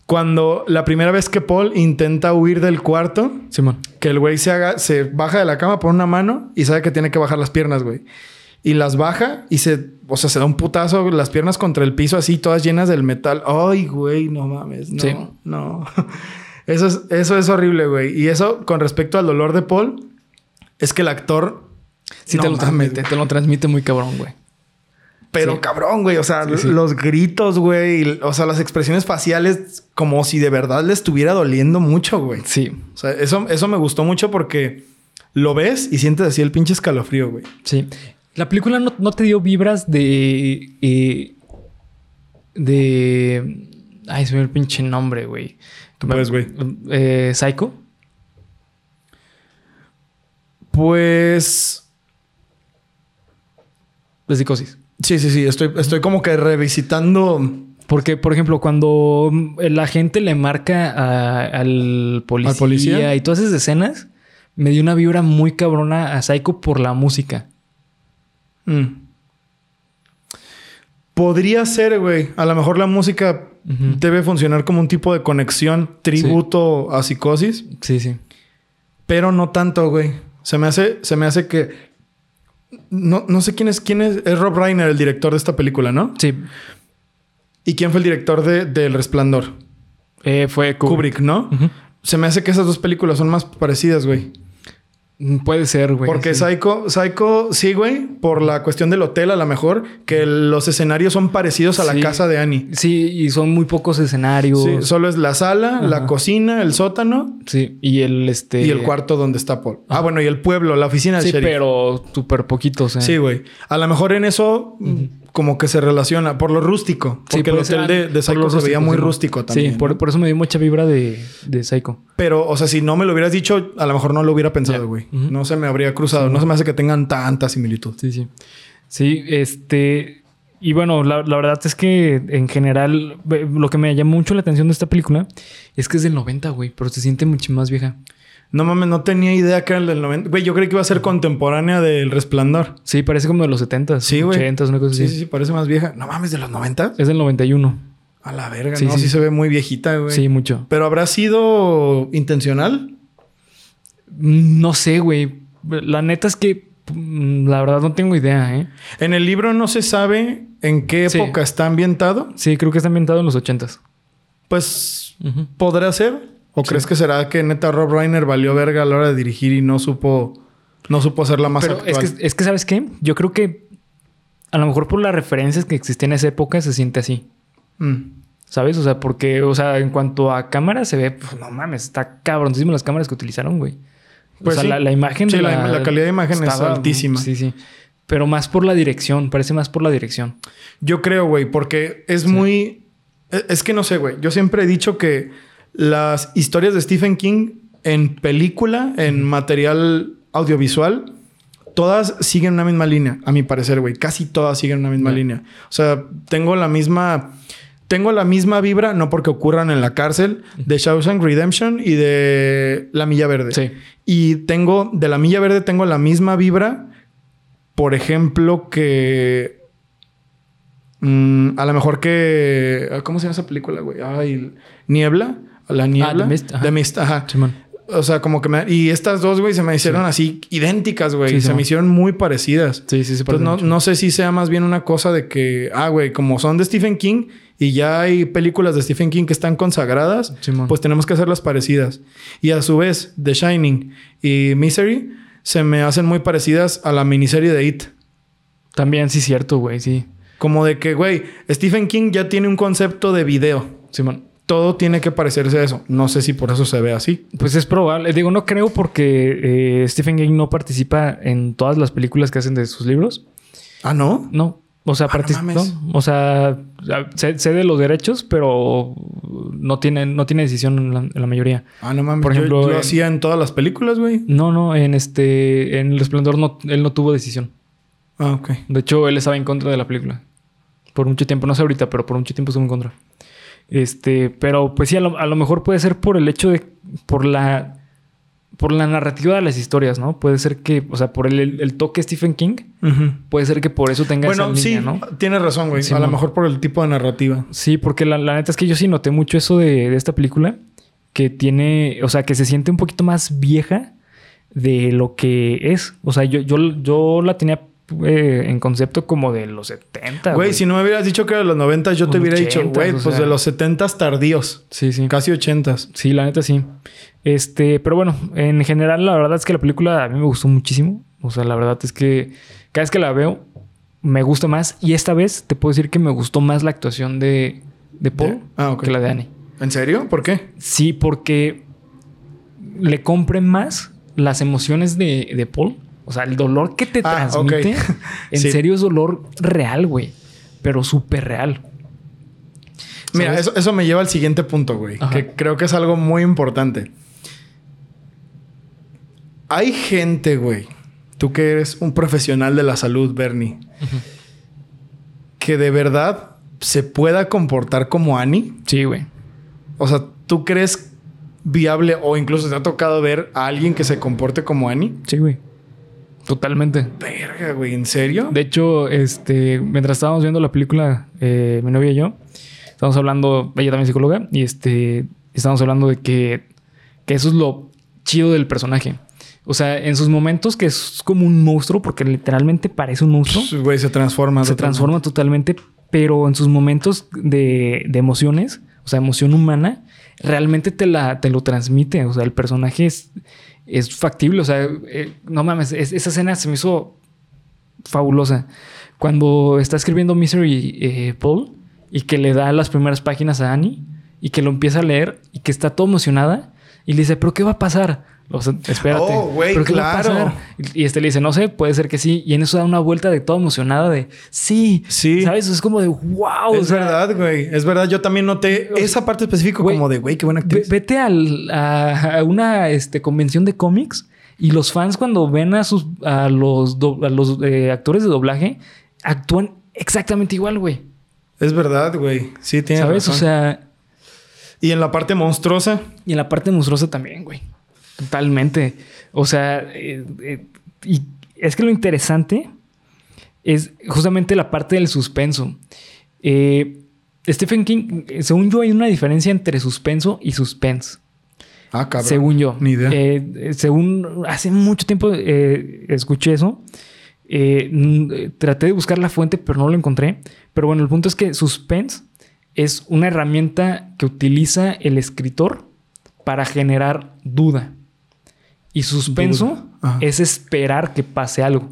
S2: Cuando la primera vez que Paul intenta huir del cuarto,
S1: Simón.
S2: que el güey se, haga, se baja de la cama por una mano y sabe que tiene que bajar las piernas, güey. Y las baja y se, o sea, se da un putazo las piernas contra el piso así, todas llenas del metal. Ay, güey, no mames, no,
S1: Sí.
S2: no. Eso es, eso es horrible, güey. Y eso con respecto al dolor de Paul, es que el actor
S1: Sí,
S2: No
S1: te, lo
S2: mames,
S1: transmite,
S2: güey.
S1: te lo transmite muy cabrón, güey.
S2: Pero
S1: Sí.
S2: cabrón, güey. O sea,
S1: Sí, sí.
S2: los gritos, güey. y- O sea, las expresiones faciales, como si de verdad le estuviera doliendo mucho, güey.
S1: Sí,
S2: O sea, eso, eso me gustó mucho porque lo ves y sientes así el pinche escalofrío, güey.
S1: sí. La película no, no te dio vibras de. eh, de. Ay, se me dio el pinche nombre, güey.
S2: Tú puedes, güey.
S1: Eh, Psycho.
S2: Pues.
S1: De psicosis.
S2: Sí, sí, sí. Estoy, estoy como que revisitando.
S1: Porque, por ejemplo, cuando mm, la gente le marca a- al, policía
S2: Al policía.
S1: y todas esas escenas, me dio una vibra muy cabrona a Psycho por la música.
S2: Mm. Podría ser, güey. A lo mejor la música
S1: Ujú.
S2: debe funcionar como un tipo de conexión, tributo a psicosis.
S1: Sí, sí.
S2: Pero no tanto, güey. Se me hace, se me hace que. No, no sé quién es, quién es. Es Rob Reiner, el director de esta película, ¿no?
S1: Sí.
S2: ¿Y quién fue el director de, de El Resplandor?
S1: Eh, fue Kubrick.
S2: Kubrick, ¿no?
S1: Ujú.
S2: Se me hace que esas dos películas son más parecidas, güey.
S1: Mm, Puede ser, güey.
S2: Porque
S1: sí.
S2: Psycho, Psycho, sí, güey, por la cuestión del hotel, a lo mejor, que los escenarios son parecidos a la
S1: Sí.
S2: casa de Annie.
S1: Sí, y son muy pocos escenarios.
S2: Sí, solo es la sala,
S1: Ajá.
S2: la cocina, el sótano
S1: Sí, y el este.
S2: y el cuarto donde está Paul. Ah, bueno, y el pueblo, la oficina del
S1: Sí,
S2: sheriff.
S1: pero súper poquitos. eh.
S2: Sí, güey. A lo mejor en eso mm, como que se relaciona por lo rústico.
S1: Sí,
S2: Porque el
S1: puede ser.
S2: hotel de, de
S1: Por
S2: Psycho
S1: lo
S2: se veía
S1: rústico,
S2: muy
S1: sí, ¿no?
S2: rústico también.
S1: Sí, por,
S2: ¿no?
S1: por eso me dio mucha vibra de, de Psycho.
S2: Pero, o sea, si no me lo hubieras dicho, a lo mejor no lo hubiera pensado, güey.
S1: Ujú.
S2: No se me habría cruzado. No se me hace que tengan tanta similitud.
S1: Sí, sí. Sí, este. Y bueno, la, la verdad es que en general, ve- lo que me llamó mucho la atención de esta película es que es del 90, güey, pero se siente mucho más vieja.
S2: No mames, no tenía idea que era el del 90. Güey, yo creí que iba a ser contemporánea del Resplandor.
S1: Sí, parece como de los 70s.
S2: Sí, güey.
S1: 80s, una cosa
S2: Sí,
S1: así.
S2: sí, sí, parece más vieja. No mames, de los 90.
S1: Es del 91.
S2: A la verga,
S1: Sí,
S2: no,
S1: sí.
S2: sí. se ve muy viejita, güey.
S1: Sí, mucho.
S2: Pero habrá sido intencional.
S1: Mm, No sé, güey. La neta es que mm, la verdad no tengo idea, ¿eh?
S2: En el libro no se sabe en qué
S1: Sí.
S2: época está ambientado.
S1: Sí, creo que está ambientado en los 80s.
S2: Pues
S1: Ujú.
S2: ¿Podrá ser? ¿O
S1: Sí.
S2: crees que será que neta Rob Reiner valió verga a la hora de dirigir y no supo, no supo hacerla más
S1: Pero es
S2: actual?
S1: que, es que, ¿sabes qué? Yo creo que a lo mejor por las referencias que existían en esa época se siente así.
S2: Mm.
S1: ¿Sabes? O sea, porque, o sea, en cuanto a cámara se ve, pues, no mames, está cabroncísimo las cámaras que utilizaron, güey.
S2: Pues
S1: o sea,
S2: sí.
S1: la, la imagen
S2: Sí, la im- la calidad de imagen es altísima.
S1: Sí, sí. Pero más por la dirección, parece más por la dirección.
S2: Yo creo, güey, porque es muy... e- Es que no sé, güey. Yo siempre he dicho que las historias de Stephen King en película, en material audiovisual, todas siguen una misma línea, a mi parecer, güey. Casi todas siguen una misma
S1: Ya.
S2: línea. O sea, tengo la misma... Tengo la misma vibra, no porque ocurran en la cárcel, de Shawshank Redemption y de La Milla Verde.
S1: Sí.
S2: Y tengo, de la milla verde tengo la misma vibra, por ejemplo, que... mm, a lo mejor que... ¿Cómo se llama esa película, güey? Ay, Niebla. La
S1: Ah,
S2: Niebla.
S1: The Mist, ajá.
S2: The Mist, ajá.
S1: Simón.
S2: O sea, como que me... Y estas dos, güey, se me hicieron así idénticas, güey.
S1: Sí,
S2: se
S1: Simón.
S2: me hicieron muy parecidas.
S1: Sí, sí, sí.
S2: Entonces, Pues no, no sé si sea más bien una cosa de que, ah, güey, como son de Stephen King y ya hay películas de Stephen King que están consagradas,
S1: Simón.
S2: pues tenemos que hacerlas parecidas. Y a su vez, The Shining y Misery se me hacen muy parecidas a la miniserie de It.
S1: También sí, cierto, güey, sí.
S2: Como de que, güey, Stephen King ya tiene un concepto de video.
S1: Simón.
S2: Todo tiene que parecerse a eso. No sé si por eso se ve así.
S1: Pues es probable. Digo, no creo porque eh, Stephen King no participa en todas las películas que hacen de sus libros.
S2: Ah, no.
S1: No. O sea,
S2: Ah, no
S1: partic-
S2: mames.
S1: no. O sea, ya sé, sé de los derechos, pero no tiene, no tiene decisión en la, en la mayoría.
S2: Ah, no mames.
S1: Por
S2: Por ejemplo,
S1: ejemplo,
S2: lo
S1: en-
S2: hacía en todas las películas, güey.
S1: No, no, en este. En El Resplandor no, él no tuvo decisión.
S2: Ah, ok.
S1: De hecho, él estaba en contra de la película. Por mucho tiempo, no sé ahorita, pero por mucho tiempo estuvo en contra. Este, pero pues sí, a lo, a lo mejor puede ser por el hecho de. por la. por la narrativa de las historias, ¿no? Puede ser que, o sea, por el, el toque Stephen King, puede ser que por eso tenga
S2: Bueno,
S1: esa
S2: sí,
S1: línea, ¿no?
S2: tienes razón, güey.
S1: Sí,
S2: a lo
S1: no.
S2: mejor por el tipo de narrativa.
S1: Sí, porque la, la neta es que yo sí noté mucho eso de, de esta película, que tiene, o sea, que se siente un poquito más vieja de lo que es. O sea, yo, yo, yo la tenía eh, en concepto como de los 70.
S2: Güey, si no me hubieras dicho que era de los 90, yo te
S1: O
S2: hubiera
S1: 80s,
S2: dicho, güey,
S1: o
S2: pues
S1: sea.
S2: de los 70 tardíos,
S1: Sí, sí.
S2: casi 80s.
S1: Sí, la neta sí. Este, pero bueno, en general la verdad es que la película a mí me gustó muchísimo. O sea, la verdad es que cada vez que la veo me gusta más. Y esta vez te puedo decir que me gustó más la actuación de, de Paul
S2: De- ah, ok.
S1: que la de Annie.
S2: ¿En serio? ¿Por qué?
S1: Sí, porque le compren más las emociones de, de Paul. O sea, el dolor que te
S2: Ah, ok.
S1: transmite. En
S2: Sí.
S1: serio es dolor real, güey. Pero súper real.
S2: Mira,
S1: ¿Sabes?
S2: eso, eso me lleva al siguiente punto, güey,
S1: Ajá.
S2: que creo que es algo muy importante. Hay gente, güey, tú que eres un profesional de la salud, Bernie, que de verdad se pueda comportar como Annie.
S1: Sí, güey.
S2: O sea, ¿tú crees viable o incluso te ha tocado ver a alguien que se comporte como Annie?
S1: Sí, güey. Totalmente.
S2: Verga, güey, ¿en serio?
S1: De hecho, este, mientras estábamos viendo la película, eh, mi novia y yo, estábamos hablando, ella también es psicóloga, y este, estábamos hablando de que, que eso es lo chido del personaje. O sea, en sus momentos que es como un monstruo, porque literalmente parece un monstruo,
S2: Pss, Pues, Güey, se transforma.
S1: se
S2: totalmente.
S1: transforma totalmente, pero en sus momentos de, de emociones, o sea, emoción humana, realmente te, la, te lo transmite. O sea, el personaje es, es factible. O sea, eh, no mames, es- esa escena se me hizo fabulosa. Cuando está escribiendo Misery eh, Paul y que le da las primeras páginas a Annie y que lo empieza a leer y que está todo emocionada y le dice, ¿pero qué va a pasar? O sea, espérate.
S2: Oh, güey,
S1: ¿Pero qué va a
S2: claro.
S1: pasar? Y y este le dice, no sé, puede ser que sí. Y en eso da una vuelta de todo emocionada de, sí,
S2: Sí.
S1: ¿sabes? Es como de, wow.
S2: Es verdad, güey. Es verdad. Yo también noté esa parte específica
S1: Güey,
S2: como de, güey, qué buena
S1: Ve-
S2: actriz.
S1: vete al- a, a una este, convención de cómics y los fans cuando ven a, sus, a los, do- a los eh, actores de doblaje actúan exactamente igual, güey.
S2: Es verdad, güey. Sí, tiene
S1: ¿Sabes?
S2: razón.
S1: O sea,
S2: y en la parte monstruosa,
S1: y en la parte monstruosa también, güey. Totalmente. O sea, eh, eh, y es que lo interesante es justamente la parte del suspenso. Eh, Stephen King, eh, según yo, hay una diferencia entre suspenso y suspense.
S2: ah, cabrón.
S1: Según yo.
S2: Ni idea.
S1: Eh, eh, según hace mucho tiempo eh, escuché eso. Eh, n- eh, traté de buscar la fuente, pero no lo encontré. Pero bueno, el punto es que suspense es una herramienta que utiliza el escritor para generar duda. Y suspenso
S2: Duda. Ajá.
S1: es esperar que pase algo.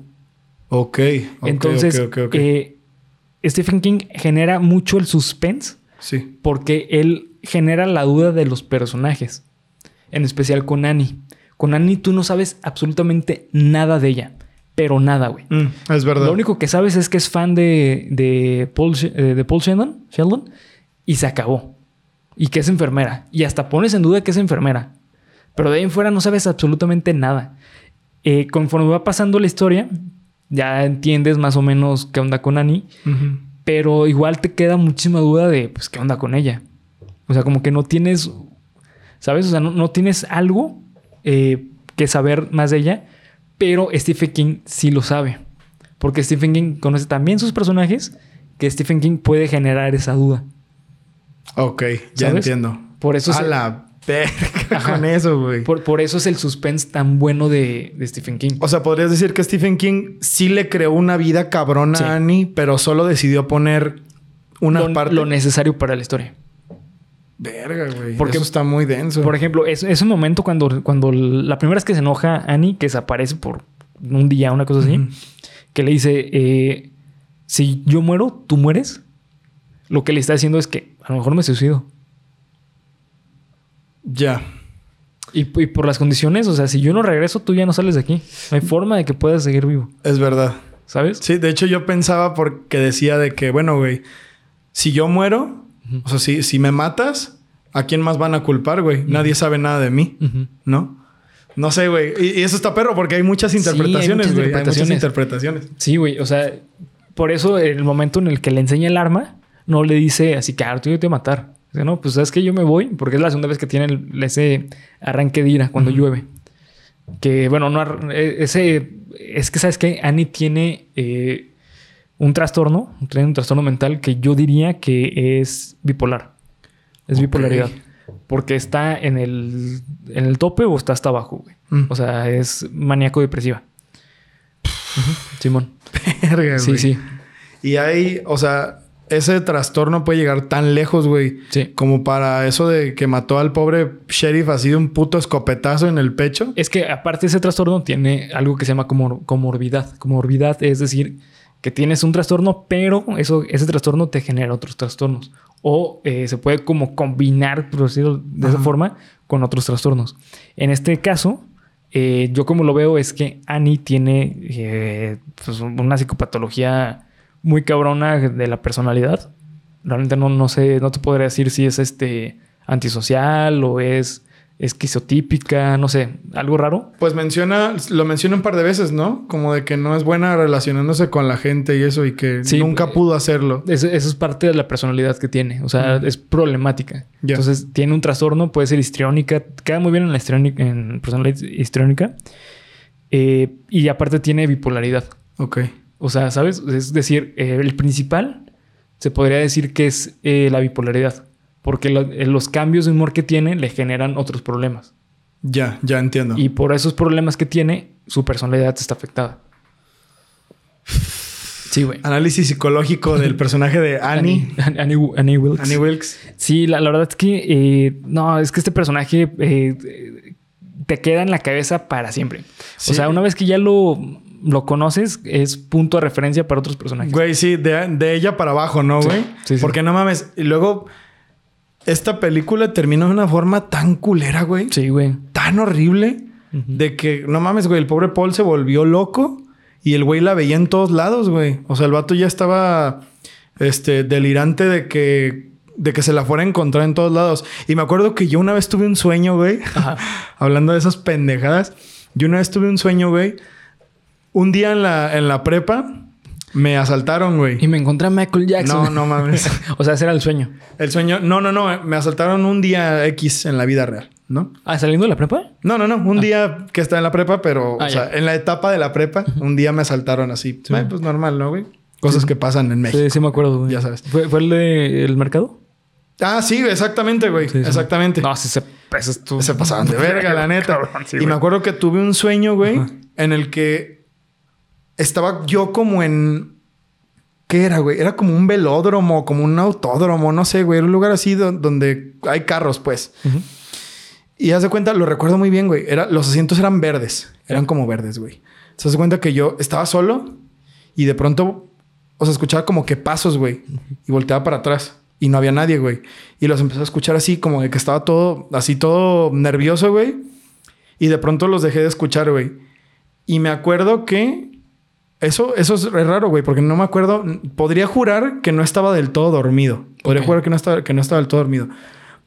S2: Ok. ok,
S1: Entonces,
S2: ok, ok, ok.
S1: eh, Stephen King genera mucho el suspense
S2: sí.
S1: porque él genera la duda de los personajes, en especial con Annie. Con Annie tú no sabes absolutamente nada de ella, pero nada, güey.
S2: Mm, es verdad.
S1: Lo único que sabes es que es fan de, de, Paul, Sh- eh, de Paul Sheldon, Sheldon y se acabó. Y que es enfermera. Y hasta pones en duda que es enfermera. Pero de ahí en fuera no sabes absolutamente nada. Eh, conforme va pasando la historia, ya entiendes más o menos qué onda con Annie
S2: Ujú.
S1: pero igual te queda muchísima duda de, pues, ¿qué onda con ella? O sea, como que no tienes, ¿sabes? O sea, no, no tienes algo eh, que saber más de ella, pero Stephen King sí lo sabe, porque Stephen King conoce también sus personajes, que Stephen King puede generar esa duda.
S2: Ok, ya
S1: ¿Sabes?
S2: entiendo.
S1: Por eso,
S2: a
S1: se-
S2: la verga
S1: Ajá.
S2: con eso, güey.
S1: por, por eso es el suspense tan bueno de, de Stephen King.
S2: O sea, podrías decir que Stephen King sí le creó una vida cabrona
S1: Sí.
S2: a Annie, pero solo decidió poner una
S1: lo,
S2: parte.
S1: lo necesario para la historia.
S2: Verga, güey.
S1: Porque-
S2: Porque eso está muy denso.
S1: Por ejemplo, es, es un momento cuando, cuando la primera vez que se enoja Annie, que desaparece por un día, una cosa así,
S2: Ujú.
S1: que le dice, eh, si yo muero, tú mueres. Lo que le está diciendo es que a lo mejor me suicido.
S2: Ya.
S1: Y, y por las condiciones, o sea, si yo no regreso, tú ya no sales de aquí. No hay forma de que puedas seguir vivo,
S2: Es verdad.
S1: ¿sabes?
S2: Sí, de hecho yo pensaba porque decía de que, bueno, güey, si yo muero,
S1: Ujú.
S2: o sea, si, si me matas, ¿a quién más van a culpar, güey? Nadie sabe nada de mí,
S1: Ujú.
S2: ¿no? No sé, güey. Y, y eso está perro porque hay muchas
S1: Sí, hay
S2: interpretaciones,
S1: muchas
S2: güey. Hay muchas
S1: interpretaciones.
S2: interpretaciones.
S1: Sí, güey. O sea, por eso el momento en el que le enseña el arma, no le dice así que ahora yo te voy a matar. Dice, no, pues sabes que yo me voy, porque es la segunda vez que tiene el- ese arranque de ira cuando llueve. Que bueno, no ar- eh, ese es que sabes que Annie tiene eh, un trastorno, tiene un trastorno mental que yo diría que es bipolar. Es
S2: Ok.
S1: bipolaridad. Porque está en el, en el tope o está hasta abajo, güey.
S2: Mm.
S1: O sea, es maníaco depresiva. Ujú, Simón.
S2: Verga,
S1: Sí,
S2: güey.
S1: sí.
S2: Y hay, o sea, ese trastorno puede llegar tan lejos, güey.
S1: Sí.
S2: Como para eso de que mató al pobre sheriff así de un puto escopetazo en el pecho.
S1: Es que aparte ese trastorno tiene algo que se llama comor- comorbidad. Comorbidad es decir que tienes un trastorno, pero eso, ese trastorno te genera otros trastornos. O eh, se puede como combinar, por decirlo de esa
S2: Ajá.
S1: forma, con otros trastornos. En este caso, eh, yo como lo veo es que Annie tiene eh, pues, una psicopatología muy cabrona de la personalidad. Realmente no, no sé, no te podría decir si es este antisocial o es esquizotípica, no sé, algo raro.
S2: Pues menciona, lo menciona un par de veces, ¿no? Como de que no es buena relacionándose con la gente y eso, y que
S1: Sí,
S2: nunca
S1: eh,
S2: pudo hacerlo.
S1: Eso, eso es parte de la personalidad que tiene, o sea,
S2: Mm.
S1: es problemática.
S2: Ya.
S1: Entonces tiene un trastorno, puede ser histriónica, queda muy bien en la histriónica, en personalidad histriónica. Eh, y aparte tiene bipolaridad.
S2: Ok.
S1: O sea, ¿sabes? Es decir, eh, el principal se podría decir que es eh, la bipolaridad, porque lo- eh, los cambios de humor que tiene le generan otros problemas.
S2: Ya, ya entiendo.
S1: Y por esos problemas que tiene, su personalidad está afectada. Sí, güey.
S2: Análisis psicológico del personaje de Annie.
S1: Annie, Annie, Annie Wilkes.
S2: Annie Wilkes.
S1: Sí, la, la verdad es que eh, no, es que este personaje eh, eh, te queda en la cabeza para siempre.
S2: Sí.
S1: O sea, una vez que ya lo, lo conoces, es punto de referencia para otros personajes.
S2: Güey, sí, de, de ella para abajo, ¿no,
S1: Sí,
S2: güey?
S1: sí, sí.
S2: Porque no mames. Y luego, esta película terminó de una forma tan culera, güey.
S1: Sí, güey.
S2: Tan horrible. De que, no mames, güey, el pobre Paul se volvió loco. Y el güey la veía en todos lados, güey. O sea, el vato ya estaba, este, delirante de que, de que se la fuera a encontrar en todos lados. Y me acuerdo que yo una vez tuve un sueño, güey.
S1: Ajá.
S2: Hablando de esas pendejadas. Yo una vez tuve un sueño, güey. Un día en la, en la prepa me asaltaron, güey.
S1: Y me encontré a Michael Jackson.
S2: No, no mames.
S1: o sea, ese era el sueño.
S2: El sueño. No, no, no. Me asaltaron un día X en la vida real, ¿no?
S1: Ah, saliendo de la prepa.
S2: No, no, no. Un día que estaba en la prepa, pero,
S1: Ah,
S2: o sea,
S1: ya.
S2: en la etapa de la prepa, un día me asaltaron así.
S1: Sí.
S2: Eh, pues normal, ¿no, güey? Cosas
S1: Sí.
S2: que pasan en México.
S1: Sí, sí me acuerdo, güey.
S2: Ya sabes.
S1: ¿Fue, fue el del mercado?
S2: Ah, sí, exactamente, güey.
S1: Sí, sí.
S2: Exactamente.
S1: No, sí, se, ese estuvo-
S2: Se pasaban de verga, la neta.
S1: Cabrón, sí,
S2: y me
S1: güey.
S2: acuerdo que tuve un sueño, güey,
S1: Ajá.
S2: en el que estaba yo como en. ¿Qué era, güey? Era como un velódromo, como un autódromo, no sé, güey. Era un lugar así do- donde hay carros, pues.
S1: Ujú.
S2: Y haz de cuenta, lo recuerdo muy bien, güey. Era, los asientos eran verdes. Eran como verdes, güey. Se hace cuenta que yo estaba solo y de pronto, o sea, escuchaba como que pasos, güey. Y volteaba para atrás y no había nadie, güey. Y los empecé a escuchar así, como de que estaba todo, así todo nervioso, güey. Y de pronto los dejé de escuchar, güey. Y me acuerdo que... Eso, eso es raro, güey, porque no me acuerdo. Podría jurar que no estaba del todo dormido. Podría
S1: Ok.
S2: jurar que no, estaba, que no estaba del todo dormido.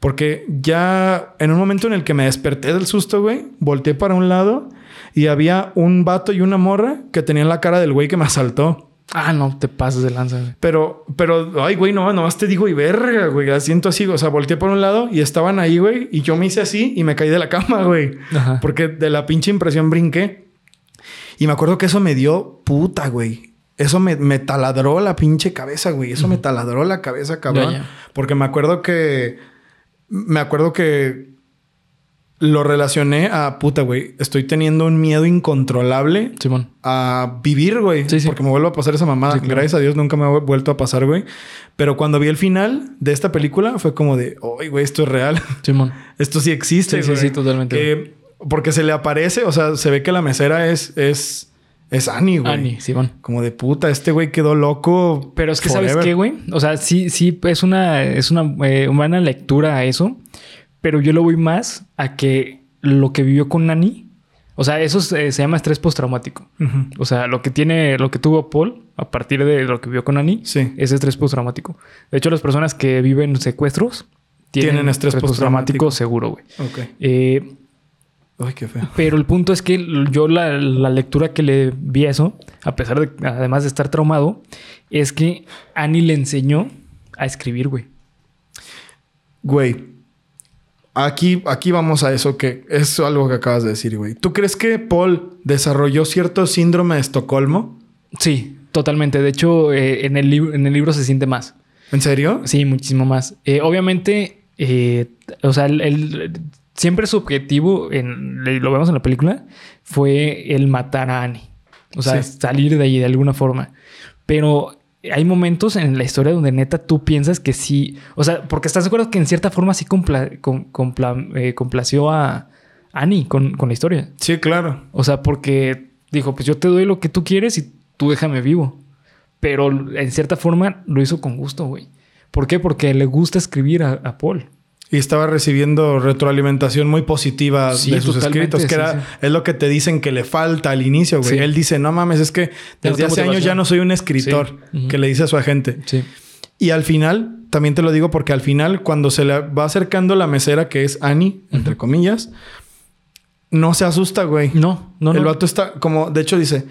S2: Porque ya en un momento en el que me desperté del susto, güey, volteé para un lado y había un vato y una morra que tenían la cara del güey que me asaltó.
S1: Ah, no, te pases de lanza, güey.
S2: Pero, pero, ay, güey, no, nomás te digo y verga, güey, la siento así. O sea, volteé por un lado y estaban ahí, güey, y yo me hice así y me caí de la cama, güey.
S1: Ajá.
S2: Porque de la pinche impresión brinqué. Y me acuerdo que eso me dio puta, güey. Eso me, me taladró la pinche cabeza, güey. Eso me taladró la cabeza, cabrón.
S1: Ya, ya.
S2: Porque me acuerdo que. Me acuerdo que. Lo relacioné a puta, güey. Estoy teniendo un miedo incontrolable
S1: Simón.
S2: a vivir, güey.
S1: Sí, sí.
S2: Porque me vuelvo a pasar esa mamada.
S1: Sí, claro.
S2: Gracias a Dios nunca me ha vu- vuelto a pasar, güey. Pero cuando vi el final de esta película fue como de, ay, güey, esto es real.
S1: Simón.
S2: Esto sí existe.
S1: Sí, sí,
S2: güey.
S1: sí, totalmente.
S2: Que- porque se le aparece, o sea, se ve que la mesera es, es, es Annie, güey.
S1: Annie, Simón.
S2: Como de puta, este güey quedó loco.
S1: Pero es que, ¿sabes
S2: forever.
S1: qué, güey? O sea, sí, sí, es una, es una eh, buena lectura a eso. Pero yo lo voy más a que lo que vivió con Nani. O sea, eso se, se llama estrés postraumático.
S2: Ujú.
S1: O sea, lo que tiene, lo que tuvo Paul a partir de lo que vivió con Nani
S2: Sí.
S1: es estrés postraumático. De hecho, las personas que viven secuestros tienen,
S2: Tienen
S1: estrés,
S2: estrés
S1: postraumático,
S2: postraumático.
S1: seguro, güey.
S2: Ok.
S1: Eh,
S2: Ay, qué feo.
S1: pero el punto es que l- yo la, la lectura que le vi a eso, a pesar de, además de estar traumado, es que Annie le enseñó a escribir, güey.
S2: Güey. Aquí, aquí vamos a eso, que es algo que acabas de decir, güey. ¿Tú crees que Paul desarrolló cierto síndrome de Estocolmo?
S1: Sí, totalmente. De hecho, eh, en, el lib- en el libro se siente más.
S2: ¿En serio?
S1: Sí, muchísimo más. Eh, obviamente, eh, o sea, el, el- siempre su objetivo, en, lo vemos en la película, fue el matar a Annie. O sea,
S2: Sí.
S1: salir de ahí de alguna forma. Pero hay momentos en la historia donde neta tú piensas que sí. O sea, porque estás de acuerdo que en cierta forma sí compla- com- compla- eh, complació a Annie con, con la historia.
S2: Sí, claro.
S1: O sea, porque dijo, pues yo te doy lo que tú quieres y tú déjame vivo. Pero en cierta forma lo hizo con gusto, güey. ¿Por qué? Porque le gusta escribir a, a Paul.
S2: Y estaba recibiendo retroalimentación muy positiva
S1: Sí,
S2: de sus
S1: totalmente,
S2: escritos,
S1: sí,
S2: que era,
S1: sí.
S2: es lo que te dicen que le falta al inicio, güey.
S1: Sí.
S2: Él dice, no mames, es que
S1: no
S2: desde
S1: tengo
S2: hace años
S1: motivación".
S2: ya no soy un escritor,
S1: Sí. Ujú.
S2: que le dice a su agente.
S1: Sí.
S2: Y al final, también te lo digo porque al final, cuando se le va acercando la mesera, que es Annie, entre comillas, no se asusta, güey.
S1: No, no, no.
S2: El vato está como, de hecho dice,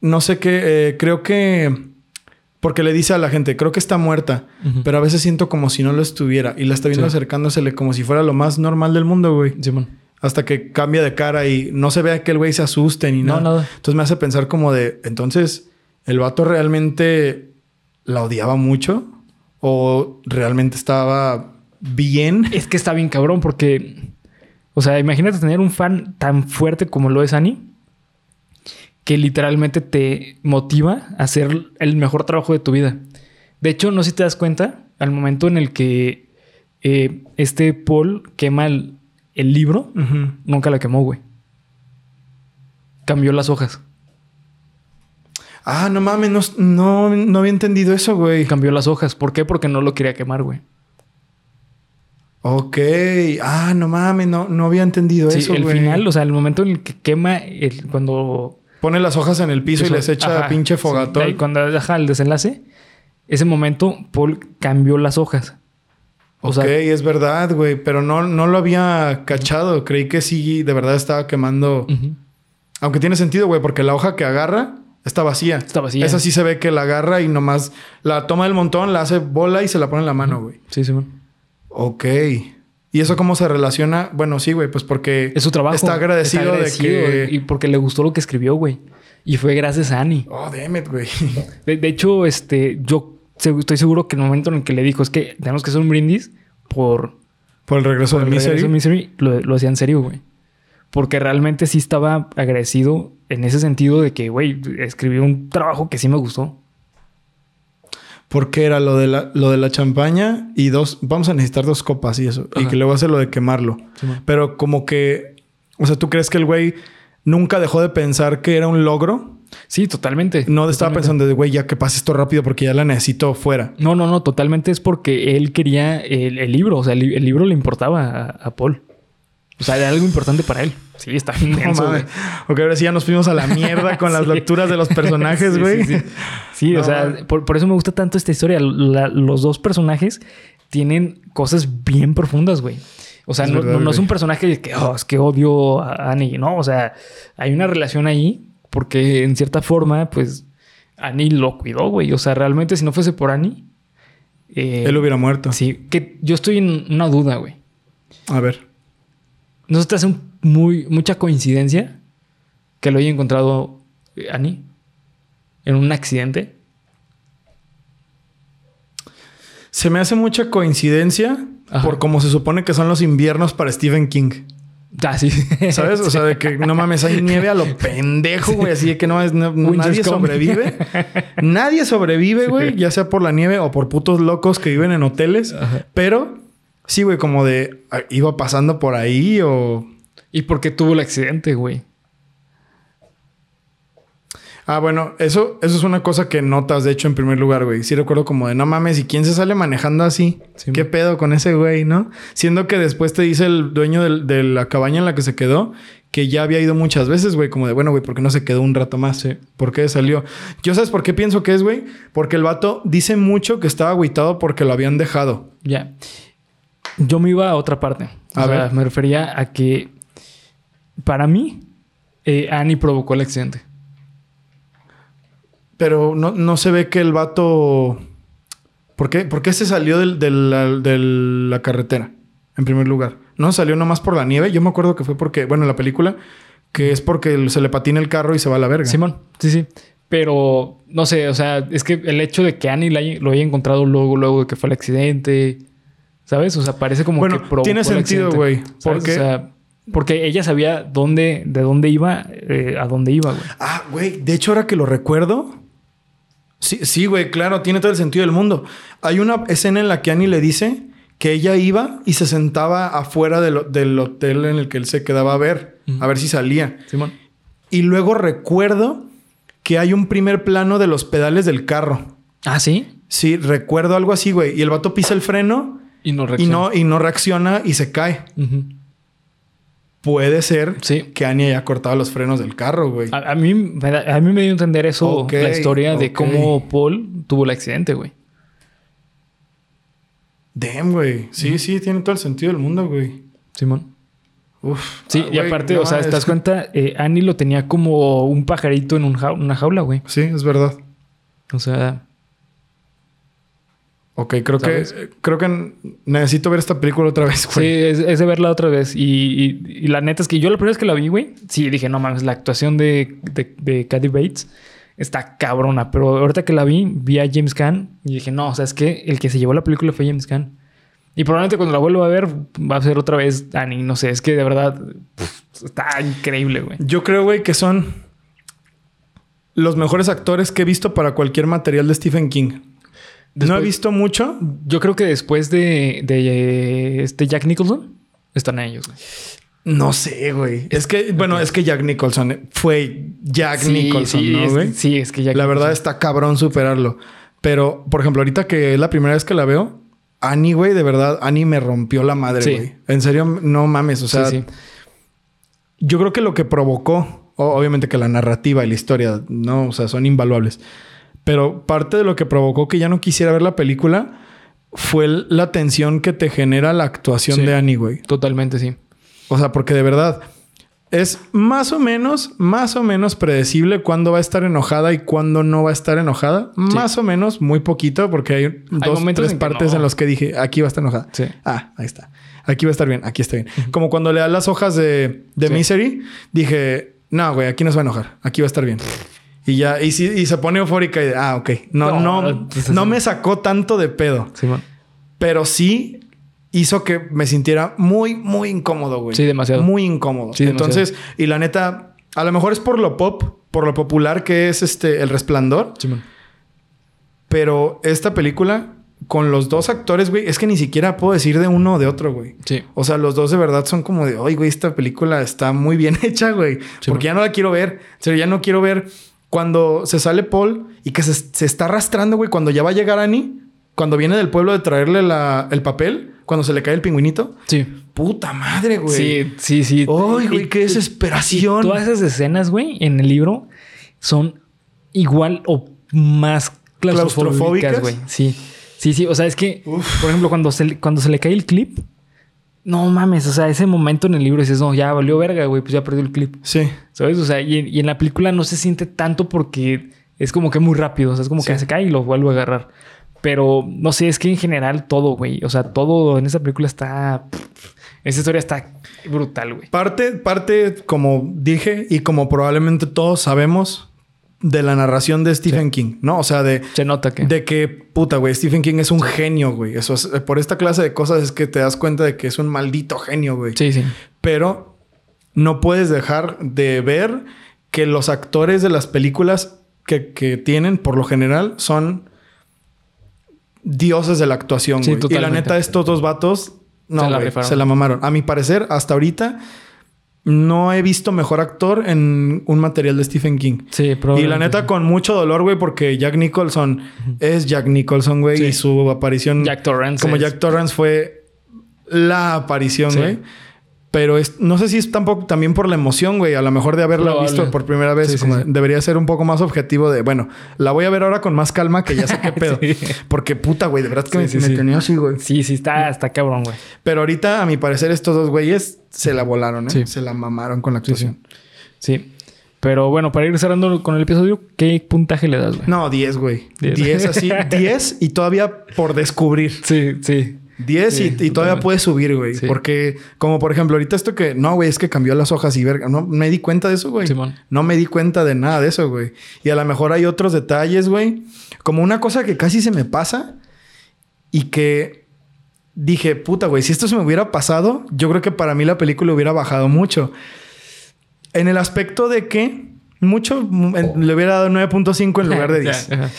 S2: no sé qué, eh, creo que, porque le dice a la gente, creo que está muerta,
S1: Ujú.
S2: pero a veces siento como si no lo estuviera y la está viendo
S1: Sí.
S2: acercándosele como si fuera lo más normal del mundo, güey.
S1: Simón.
S2: Hasta que cambia de cara y no se vea que el güey se asuste ni
S1: No,
S2: nada.
S1: nada.
S2: Entonces me hace pensar como de, entonces, ¿el vato realmente la odiaba mucho? ¿O realmente estaba bien?
S1: Es que está bien cabrón porque, o sea, imagínate tener un fan tan fuerte como lo es Annie, que literalmente te motiva a hacer el mejor trabajo de tu vida. De hecho, no sé si te das cuenta, al momento en el que eh, este Paul quema el, el libro,
S2: Ujú.
S1: nunca la quemó, güey. Cambió las hojas.
S2: Ah, no mames, no, no, no había entendido eso, güey.
S1: Cambió las hojas. ¿Por qué? Porque no lo quería quemar, güey.
S2: Ok. Ah, no mames, no, no había entendido
S1: Sí,
S2: eso.
S1: el
S2: güey.
S1: final, o sea, el momento en el que quema, el, cuando
S2: Pone las hojas en el piso y les echa
S1: Ajá,
S2: pinche
S1: sí.
S2: fogatón.
S1: Ahí cuando deja el desenlace, ese momento Paul cambió las hojas. O
S2: ok,
S1: sea,
S2: es verdad, güey. Pero no, no lo había cachado. Creí que sí, de verdad estaba quemando.
S1: ujú,
S2: Aunque tiene sentido, güey, porque la hoja que agarra está vacía.
S1: Está vacía.
S2: Esa sí se ve que la agarra y nomás la toma del montón, la hace bola y se la pone en la mano, güey.
S1: sí, Simón.
S2: Ok. ¿Y eso cómo se relaciona? Bueno, sí, güey, pues porque.
S1: Es su trabajo.
S2: Está agradecido,
S1: Está
S2: de que.
S1: Y porque le gustó lo que escribió, güey. Y fue gracias a Annie.
S2: Oh, damn it, güey.
S1: De, de hecho, este, yo se- estoy seguro que el momento en el que le dijo es que tenemos que hacer un brindis por
S2: Por el regreso
S1: por
S2: de
S1: el regreso
S2: Misery.
S1: de Misery, lo, lo hacía en serio, güey. Porque realmente sí estaba agradecido en ese sentido de que, güey, escribí un trabajo que sí me gustó.
S2: Porque era lo de la, lo de la champaña y dos, vamos a necesitar dos copas y eso. Y
S1: Ajá.
S2: que luego hace lo de quemarlo.
S1: Simón.
S2: Pero como que, o sea, ¿tú crees que el güey nunca dejó de pensar que era un logro?
S1: Sí, totalmente.
S2: No estaba
S1: Totalmente.
S2: pensando de, güey, ya que pase esto rápido porque ya la necesito fuera.
S1: No, no, no, totalmente es porque él quería el, el libro, o sea, el, li- el libro le importaba a, a Paul. O sea, era algo importante para él. Sí, está bien.
S2: No
S1: denso, güey.
S2: mames. Ok, ahora sí ya nos fuimos a la mierda con las
S1: Sí.
S2: lecturas de los personajes,
S1: Sí,
S2: güey.
S1: Sí, sí. Sí,
S2: No
S1: o sea,
S2: mames.
S1: por, por eso me gusta tanto esta historia. La- los dos personajes tienen cosas bien profundas, güey. O sea,
S2: Es
S1: no,
S2: verdad,
S1: no- no es
S2: güey.
S1: un personaje de que, oh, es que odio a Annie, ¿no? O sea, hay una relación ahí porque en cierta forma, pues, Annie lo cuidó, güey. O sea, realmente si no fuese por Annie... eh,
S2: Él hubiera muerto.
S1: Sí, que yo estoy en una duda, güey.
S2: A ver.
S1: ¿No se te hace un- muy, mucha coincidencia que lo haya encontrado eh, Annie en un accidente?
S2: Se me hace mucha coincidencia
S1: Ajá.
S2: por cómo se supone que son los inviernos para Stephen King.
S1: Ah, sí.
S2: ¿Sabes? O sea, de que no mames, hay nieve a lo pendejo, güey. Así de que no es. no-
S1: Winter's
S2: nadie
S1: coming.
S2: sobrevive. Nadie sobrevive, güey. Ya sea por la nieve o por putos locos que viven en hoteles.
S1: Ajá.
S2: Pero sí, güey, como de ah, iba pasando por ahí o.
S1: ¿Y por qué tuvo el accidente, güey?
S2: Ah, bueno, eso, eso es una cosa que notas, de hecho, en primer lugar, güey. Sí recuerdo como de no mames, ¿y quién se sale manejando así?
S1: Sí,
S2: ¿Qué
S1: man.
S2: pedo con ese güey, no? Siendo que después te dice el dueño del- de la cabaña en la que se quedó que ya había ido muchas veces, güey, como de bueno, güey, ¿por qué no se quedó un rato más? ¿Por qué salió? Yo sabes por qué pienso que es, güey, porque el vato dice mucho que estaba agüitado porque lo habían dejado.
S1: Ya. Yo me iba a otra parte. O
S2: A
S1: sea,
S2: ver.
S1: me refería a que para mí eh, Annie provocó el accidente.
S2: Pero no, no se ve que el vato. ¿Por qué, ¿Por qué se salió del- del- la- de la carretera? en primer lugar. No salió nomás por la nieve. Yo me acuerdo que fue porque, bueno, en la película, que es porque se le patina el carro y se va a la verga.
S1: Simón, sí, sí. Pero no sé, o sea, es que el hecho de que Annie la haya- lo haya encontrado luego, luego de que fue el accidente, ¿sabes? O sea, parece como
S2: Bueno,
S1: que provocó
S2: tiene
S1: el
S2: sentido,
S1: accidente,
S2: güey,
S1: ¿sabes?
S2: porque-
S1: O sea, porque ella sabía dónde, de dónde iba, eh, a dónde iba, güey.
S2: Ah, güey, de hecho, ahora que lo recuerdo. Sí, sí, güey, claro, tiene todo el sentido del mundo. Hay una escena en la que Annie le dice que ella iba y se sentaba afuera del, ho- del hotel en el que él se quedaba a ver,
S1: Ujú.
S2: a ver si salía.
S1: Simón.
S2: Y luego recuerdo que hay un primer plano de los pedales del carro.
S1: Ah, sí.
S2: Sí, recuerdo algo así, güey. Y el vato pisa el freno
S1: Y no
S2: y no, y no reacciona y se cae. Puede ser
S1: Sí. Ah.
S2: que Annie haya cortado los frenos del carro, güey.
S1: a, a mí, me da- a mí me dio a entender eso,
S2: Ok,
S1: la historia de
S2: ok.
S1: cómo Paul tuvo el accidente, güey.
S2: Damn, güey. Sí, sí, tiene todo el sentido del mundo, güey.
S1: Simón.
S2: Uf.
S1: Sí,
S2: Ah,
S1: y
S2: güey,
S1: aparte,
S2: no
S1: o sea,
S2: mames.
S1: ¿te das cuenta? Eh, Annie lo tenía como un pajarito en un jau- una jaula, güey.
S2: Sí, es verdad.
S1: O sea,
S2: Ok, creo que,
S1: ¿Sabes?
S2: eh, creo que n- necesito ver esta película otra vez,
S1: sí,
S2: güey.
S1: es, es de verla otra vez. Y, y- y la neta es que yo la primera vez que la vi, güey, sí dije, no mames, la actuación de, de, de Kathy Bates está cabrona. Pero ahorita que la vi, vi a James Caan y dije, no, o sea, es que el que se llevó la película fue James Caan. Y probablemente cuando la vuelva a ver, va a ser otra vez Annie. No sé, es que de verdad pff, está increíble, güey.
S2: Yo creo, güey, que son los mejores actores que he visto para cualquier material de Stephen King. No he
S1: Después-
S2: visto mucho.
S1: Yo creo que después de, de, eh, este Jack Nicholson, están ellos, güey.
S2: No sé, güey. Es que, bueno, es que Jack Nicholson eh, fue Jack
S1: Sí,
S2: Nicholson,
S1: sí,
S2: ¿no,
S1: es-
S2: güey?
S1: sí, es que Jack
S2: La verdad
S1: Nicholson.
S2: está cabrón superarlo. Pero, por ejemplo, ahorita que es la primera vez que la veo, Annie, güey, de verdad, Annie me rompió la madre,
S1: Sí.
S2: güey. En serio, no mames. O sea,
S1: Sí, sí.
S2: yo creo que lo que provocó, o- obviamente que la narrativa y la historia, no, o sea, son invaluables. Pero parte de lo que provocó que ya no quisiera ver la película fue el- la tensión que te genera la actuación
S1: Sí.
S2: de Annie, güey.
S1: Totalmente, sí.
S2: O sea, porque de verdad es más o menos, más o menos predecible cuándo va a estar enojada y cuándo no va a estar enojada. Más o menos, muy poquito, porque hay, dos,
S1: momentos
S2: tres
S1: en que
S2: partes
S1: no.
S2: en los que dije, aquí va a estar enojada.
S1: Sí.
S2: Ah, ahí está. Aquí va a estar bien, aquí está bien. Como cuando le da las hojas de, de
S1: Sí.
S2: Misery, dije, no, güey, aquí nos va a enojar, aquí va a estar bien. Y ya, y, sí- y se pone eufórica y de, ah, ok. No,
S1: No,
S2: no,
S1: entonces-
S2: no me sacó tanto de pedo,
S1: Simón.
S2: pero sí hizo que me sintiera muy, muy incómodo, güey.
S1: Sí, demasiado.
S2: Muy incómodo.
S1: Sí, demasiado.
S2: Entonces, y la neta, a lo mejor es por lo pop, por lo popular que es este El Resplandor,
S1: Simón.
S2: pero esta película con los dos actores, güey, es que ni siquiera puedo decir de uno o de otro, güey.
S1: Sí.
S2: O sea, los dos de verdad son como de, oye, güey, esta película está muy bien hecha, güey.
S1: Sí,
S2: porque ya no la quiero ver. O sea, ya no quiero ver cuando se sale Paul y que se, se está arrastrando, güey, cuando ya va a llegar Annie, cuando viene del pueblo de traerle la- el papel, cuando se le cae el pingüinito.
S1: Sí.
S2: Puta madre, güey.
S1: Sí, sí, sí.
S2: Ay, güey, qué
S1: Y-
S2: desesperación.
S1: y Todas esas escenas, güey, en el libro son igual o más claustrofóbicas,
S2: Claustrofóbicas.
S1: güey. Sí. Sí, sí. O sea, es que,
S2: Uf.
S1: por ejemplo, cuando se, le- cuando se le cae el clip, no mames. O sea, ese momento en el libro dices, no, ya valió verga, güey, pues ya perdió el clip.
S2: Sí.
S1: ¿Sabes? O sea, y, en- y en la película no se siente tanto porque es como que muy rápido. O sea, es como que
S2: Sí.
S1: se cae y lo vuelvo a agarrar. Pero no sé, es que en general todo, güey. O sea, todo en esa película está. Esa historia está brutal, güey.
S2: Parte, parte, como dije y como probablemente todos sabemos, de la narración de Stephen King, ¿no? O sea, de,
S1: Se nota que.
S2: de que, puta, güey, Stephen King es un genio, güey. Eso es, eh, por esta clase de cosas es que te das cuenta de que es un maldito genio, güey.
S1: Sí, sí.
S2: Pero no puedes dejar de ver que los actores de las películas que, que tienen, por lo general, son dioses de la actuación.
S1: Sí,
S2: güey. y la
S1: totalmente.
S2: neta, estos dos vatos, no,
S1: Se la
S2: güey, se,
S1: rifaron.
S2: la mamaron. A mi parecer, hasta ahorita, no he visto mejor actor en un material de Stephen King.
S1: Sí,
S2: Y la neta, con mucho dolor, güey, porque Jack Nicholson es Jack Nicholson, güey,
S1: Sí.
S2: y su aparición
S1: Jack Torrance.
S2: como
S1: es-
S2: Jack Torrance fue la aparición,
S1: Sí.
S2: güey. Pero es, no sé si es tampoco también por la emoción, güey. A lo mejor de haberla
S1: Probable.
S2: visto por primera vez.
S1: Sí, sí,
S2: como
S1: sí.
S2: Debería ser un poco más objetivo de, bueno, la voy a ver ahora con más calma que ya sé qué pedo.
S1: Sí.
S2: Porque puta, güey, de verdad que
S1: Sí,
S2: me,
S1: sí,
S2: me
S1: sí.
S2: tenía así, güey.
S1: Sí, sí, está, está cabrón, güey.
S2: Pero ahorita, a mi parecer, estos dos güeyes se la volaron, ¿eh?
S1: Sí.
S2: Se la mamaron con la actuación.
S1: Sí. Pero bueno, para ir cerrando con el episodio, ¿qué puntaje le das, güey?
S2: No, 10, güey.
S1: Diez.
S2: 10 así. 10 y todavía por descubrir.
S1: Sí, sí.
S2: 10
S1: Sí,
S2: y, y todavía
S1: totalmente.
S2: puedes subir, güey.
S1: Sí.
S2: Porque, como por ejemplo, ahorita esto que no, güey, es que cambió las hojas y verga. No me di cuenta de eso, güey.
S1: Simón.
S2: No me di cuenta de nada de eso, güey. Y a lo mejor hay otros detalles, güey. Como una cosa que casi se me pasa y que dije, puta, güey, si esto se me hubiera pasado, yo creo que para mí la película hubiera bajado mucho. En el aspecto de que mucho mm, en- le hubiera dado 9.5 en lugar de 10.
S1: Ajá.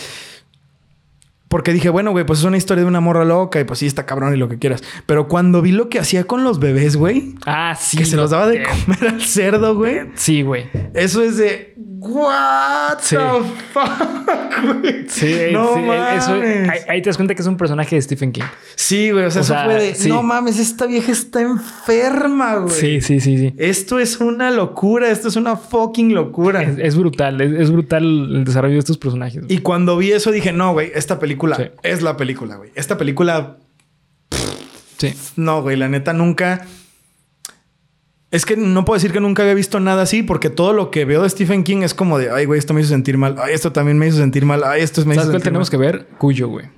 S2: Porque dije, bueno, güey, pues es una historia de una morra loca y pues sí, está cabrón y lo que quieras. Pero cuando vi lo que hacía con los bebés, güey,
S1: Ah, sí.
S2: que se los daba de
S1: eh,
S2: comer al cerdo, güey,
S1: Sí, güey.
S2: eso es de. ¿What
S1: Sí.
S2: the fuck, güey?
S1: Sí,
S2: no
S1: sí, eh, eso-
S2: mames.
S1: ahí, ahí te das cuenta que es un personaje de Stephen King.
S2: Sí, güey, o sea,
S1: O
S2: eso
S1: sea,
S2: fue de.
S1: sí.
S2: No mames, esta vieja está enferma, güey.
S1: Sí, sí, sí, sí.
S2: Esto es una locura, esto es una fucking locura.
S1: Es, es brutal, es, es brutal el desarrollo de estos personajes. güey.
S2: Y cuando vi eso dije, no, güey, esta película
S1: Sí.
S2: es la película, güey. Esta película
S1: sí.
S2: No, güey, la neta nunca. Es que no puedo decir que nunca había visto nada así, porque todo lo que veo de Stephen King es como de, ay, güey, esto me hizo sentir mal, ay, esto también me hizo sentir mal, ay, esto me hizo
S1: ¿Sabes cuál
S2: sentir
S1: tenemos que ver? Cuyo, güey.
S2: mal".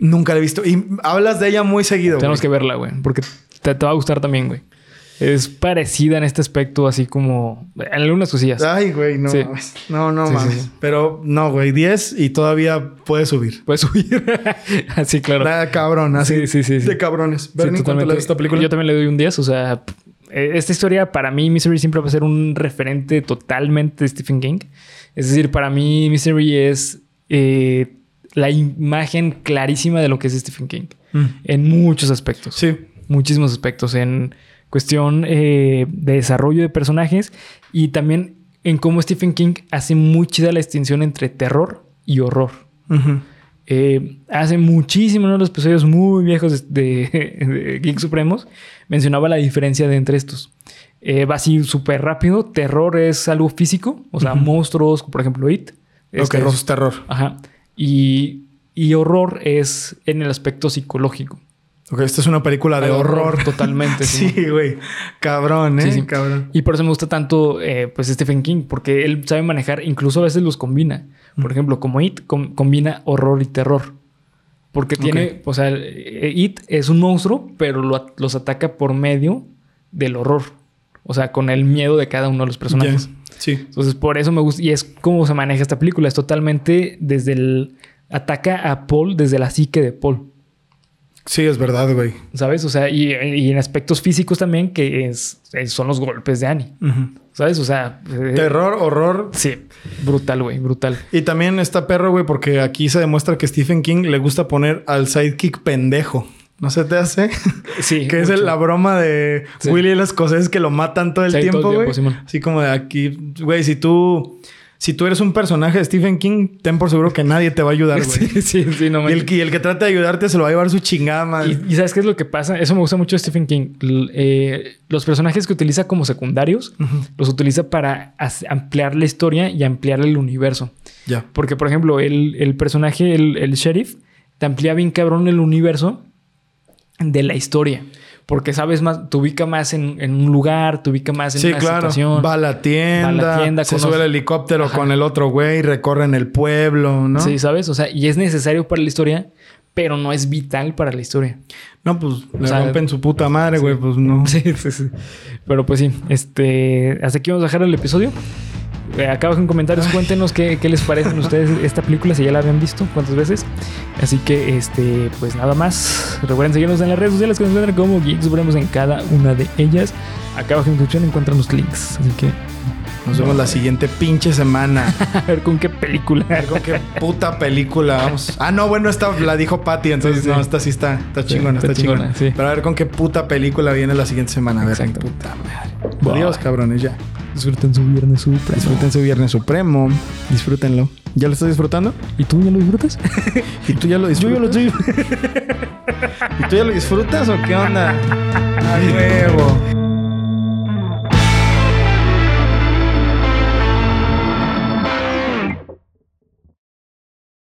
S2: Nunca la he visto. Y hablas de ella muy seguido.
S1: Tenemos
S2: güey.
S1: que verla, güey. Porque te, te va a gustar también, güey. Es parecida en este aspecto, así como en algunas cosillas.
S2: Ay, güey, no
S1: Sí.
S2: mames. No, no
S1: Sí, sí,
S2: mames.
S1: sí.
S2: Pero no, güey, 10 y todavía puede subir.
S1: Puedes subir. así, claro.
S2: Nada cabrón, así.
S1: Ah, Sí, sí, sí, sí.
S2: De cabrones.
S1: Sí,
S2: Bernie, ¿cuánto le
S1: totalmente.
S2: das a esta película?
S1: Yo también le doy un 10. O sea, p- eh, esta historia para mí, Misery siempre va a ser un referente totalmente de Stephen King. Es decir, para mí, Misery es eh, la imagen clarísima de lo que es Stephen King
S2: Mm.
S1: en muchos aspectos.
S2: Sí.
S1: Muchísimos aspectos. En cuestión eh, de desarrollo de personajes y también en cómo Stephen King hace muy chida la distinción entre terror y horror.
S2: Ujú.
S1: Eh, hace muchísimo, en uno de los episodios muy viejos de, de Geek Supremos, mencionaba la diferencia de entre estos. Eh, va así súper rápido. Terror es algo físico, o sea,
S2: Ujú.
S1: monstruos, por ejemplo, It. Este Es
S2: Ok,
S1: terror.
S2: eso es terror.
S1: Ajá. Y, y horror es en el aspecto psicológico.
S2: Ok, esta es una película de horror.
S1: Totalmente. sí.
S2: Sí, güey. Cabrón, ¿eh?
S1: Sí, sí.
S2: Cabrón.
S1: Y por eso me gusta tanto eh, pues Stephen King, porque él sabe manejar, incluso a veces los combina.
S2: Mm.
S1: Por ejemplo, como It com- combina horror y terror. Porque tiene, o sea, eh, It es un monstruo, pero lo at- los ataca por medio del horror. O sea, con el miedo de cada uno de los personajes.
S2: Ya, Sí.
S1: Entonces, por eso me gusta. Y es cómo se maneja esta película. Es totalmente desde el. Ataca a Paul desde la psique de Paul.
S2: Sí, es verdad, güey.
S1: ¿Sabes? O sea, y, y en aspectos físicos también, que es- es- son los golpes de Annie. ¿Sabes? O sea. eh,
S2: Terror, horror.
S1: Sí, brutal, güey, brutal.
S2: Y también está perro, güey, porque aquí se demuestra que Stephen King le gusta poner al sidekick pendejo. ¿No se te hace?
S1: Sí.
S2: que es
S1: mucho.
S2: el- la broma de
S1: Sí.
S2: Willy y los escoceses que lo matan todo el
S1: Sí, todo el
S2: tiempo,
S1: tiempo,
S2: güey.
S1: Simón.
S2: Así como de aquí, güey, si tú... Si tú eres un personaje de Stephen King, ten por seguro que nadie te va a ayudar, güey.
S1: Sí, sí, sí, no
S2: Y
S1: me.
S2: el, que- y el que trate de ayudarte se lo va a llevar su chingada madre.
S1: Y, y sabes qué es lo que pasa? Eso me gusta mucho de Stephen King. L- eh, los personajes que utiliza como secundarios
S2: Ujú.
S1: los utiliza para as- ampliar la historia y ampliar el universo.
S2: Ya.
S1: Porque, por ejemplo, el, el personaje, el, el sheriff, te amplía bien cabrón el universo de la historia. Porque sabes más, te ubica más en, en un lugar, te ubica más en
S2: Sí,
S1: una
S2: claro.
S1: situación.
S2: Va a la tienda,
S1: Va a la tienda,
S2: se
S1: conoce-
S2: sube al helicóptero
S1: Ajá.
S2: con el otro güey, recorren el pueblo, ¿no?
S1: Sí, ¿sabes? O sea, y es necesario para la historia, pero no es vital para la historia.
S2: No, pues le
S1: sea,
S2: rompen su puta madre, güey, pues no.
S1: Sí, sí, sí. Pero pues sí, este, hasta aquí vamos a dejar el episodio. Eh, Acá abajo en comentarios cuéntenos qué, qué les parecen ustedes esta película, si ya la habían visto, cuántas veces. Así que, este, pues nada más. Recuerden seguirnos en las redes sociales que nos encuentran como Geeks Supremos en cada una de ellas. Acá abajo en la descripción encuentran los links. Así que,
S2: Nos vemos la siguiente pinche semana.
S1: a ver con qué película.
S2: Con qué puta película vamos. Ah, no, bueno, esta la dijo Patty, entonces
S1: Sí, sí.
S2: no, esta sí está, está
S1: Sí,
S2: chingona,
S1: está
S2: está chingona.
S1: chingona, sí.
S2: Pero a ver con qué puta película viene la siguiente semana. A ver,
S1: Exacto.
S2: puta madre.
S1: Bye.
S2: Adiós, cabrones, ya.
S1: Disfruten su viernes súper.
S2: Disfruten su Viernes Supremo. Disfrútenlo. ¿Ya lo estás disfrutando?
S1: ¿Y tú ya lo disfrutas?
S2: ¿Y tú ya lo disfrutas? ¿Y tú ya lo disfrutas o qué onda? A huevo.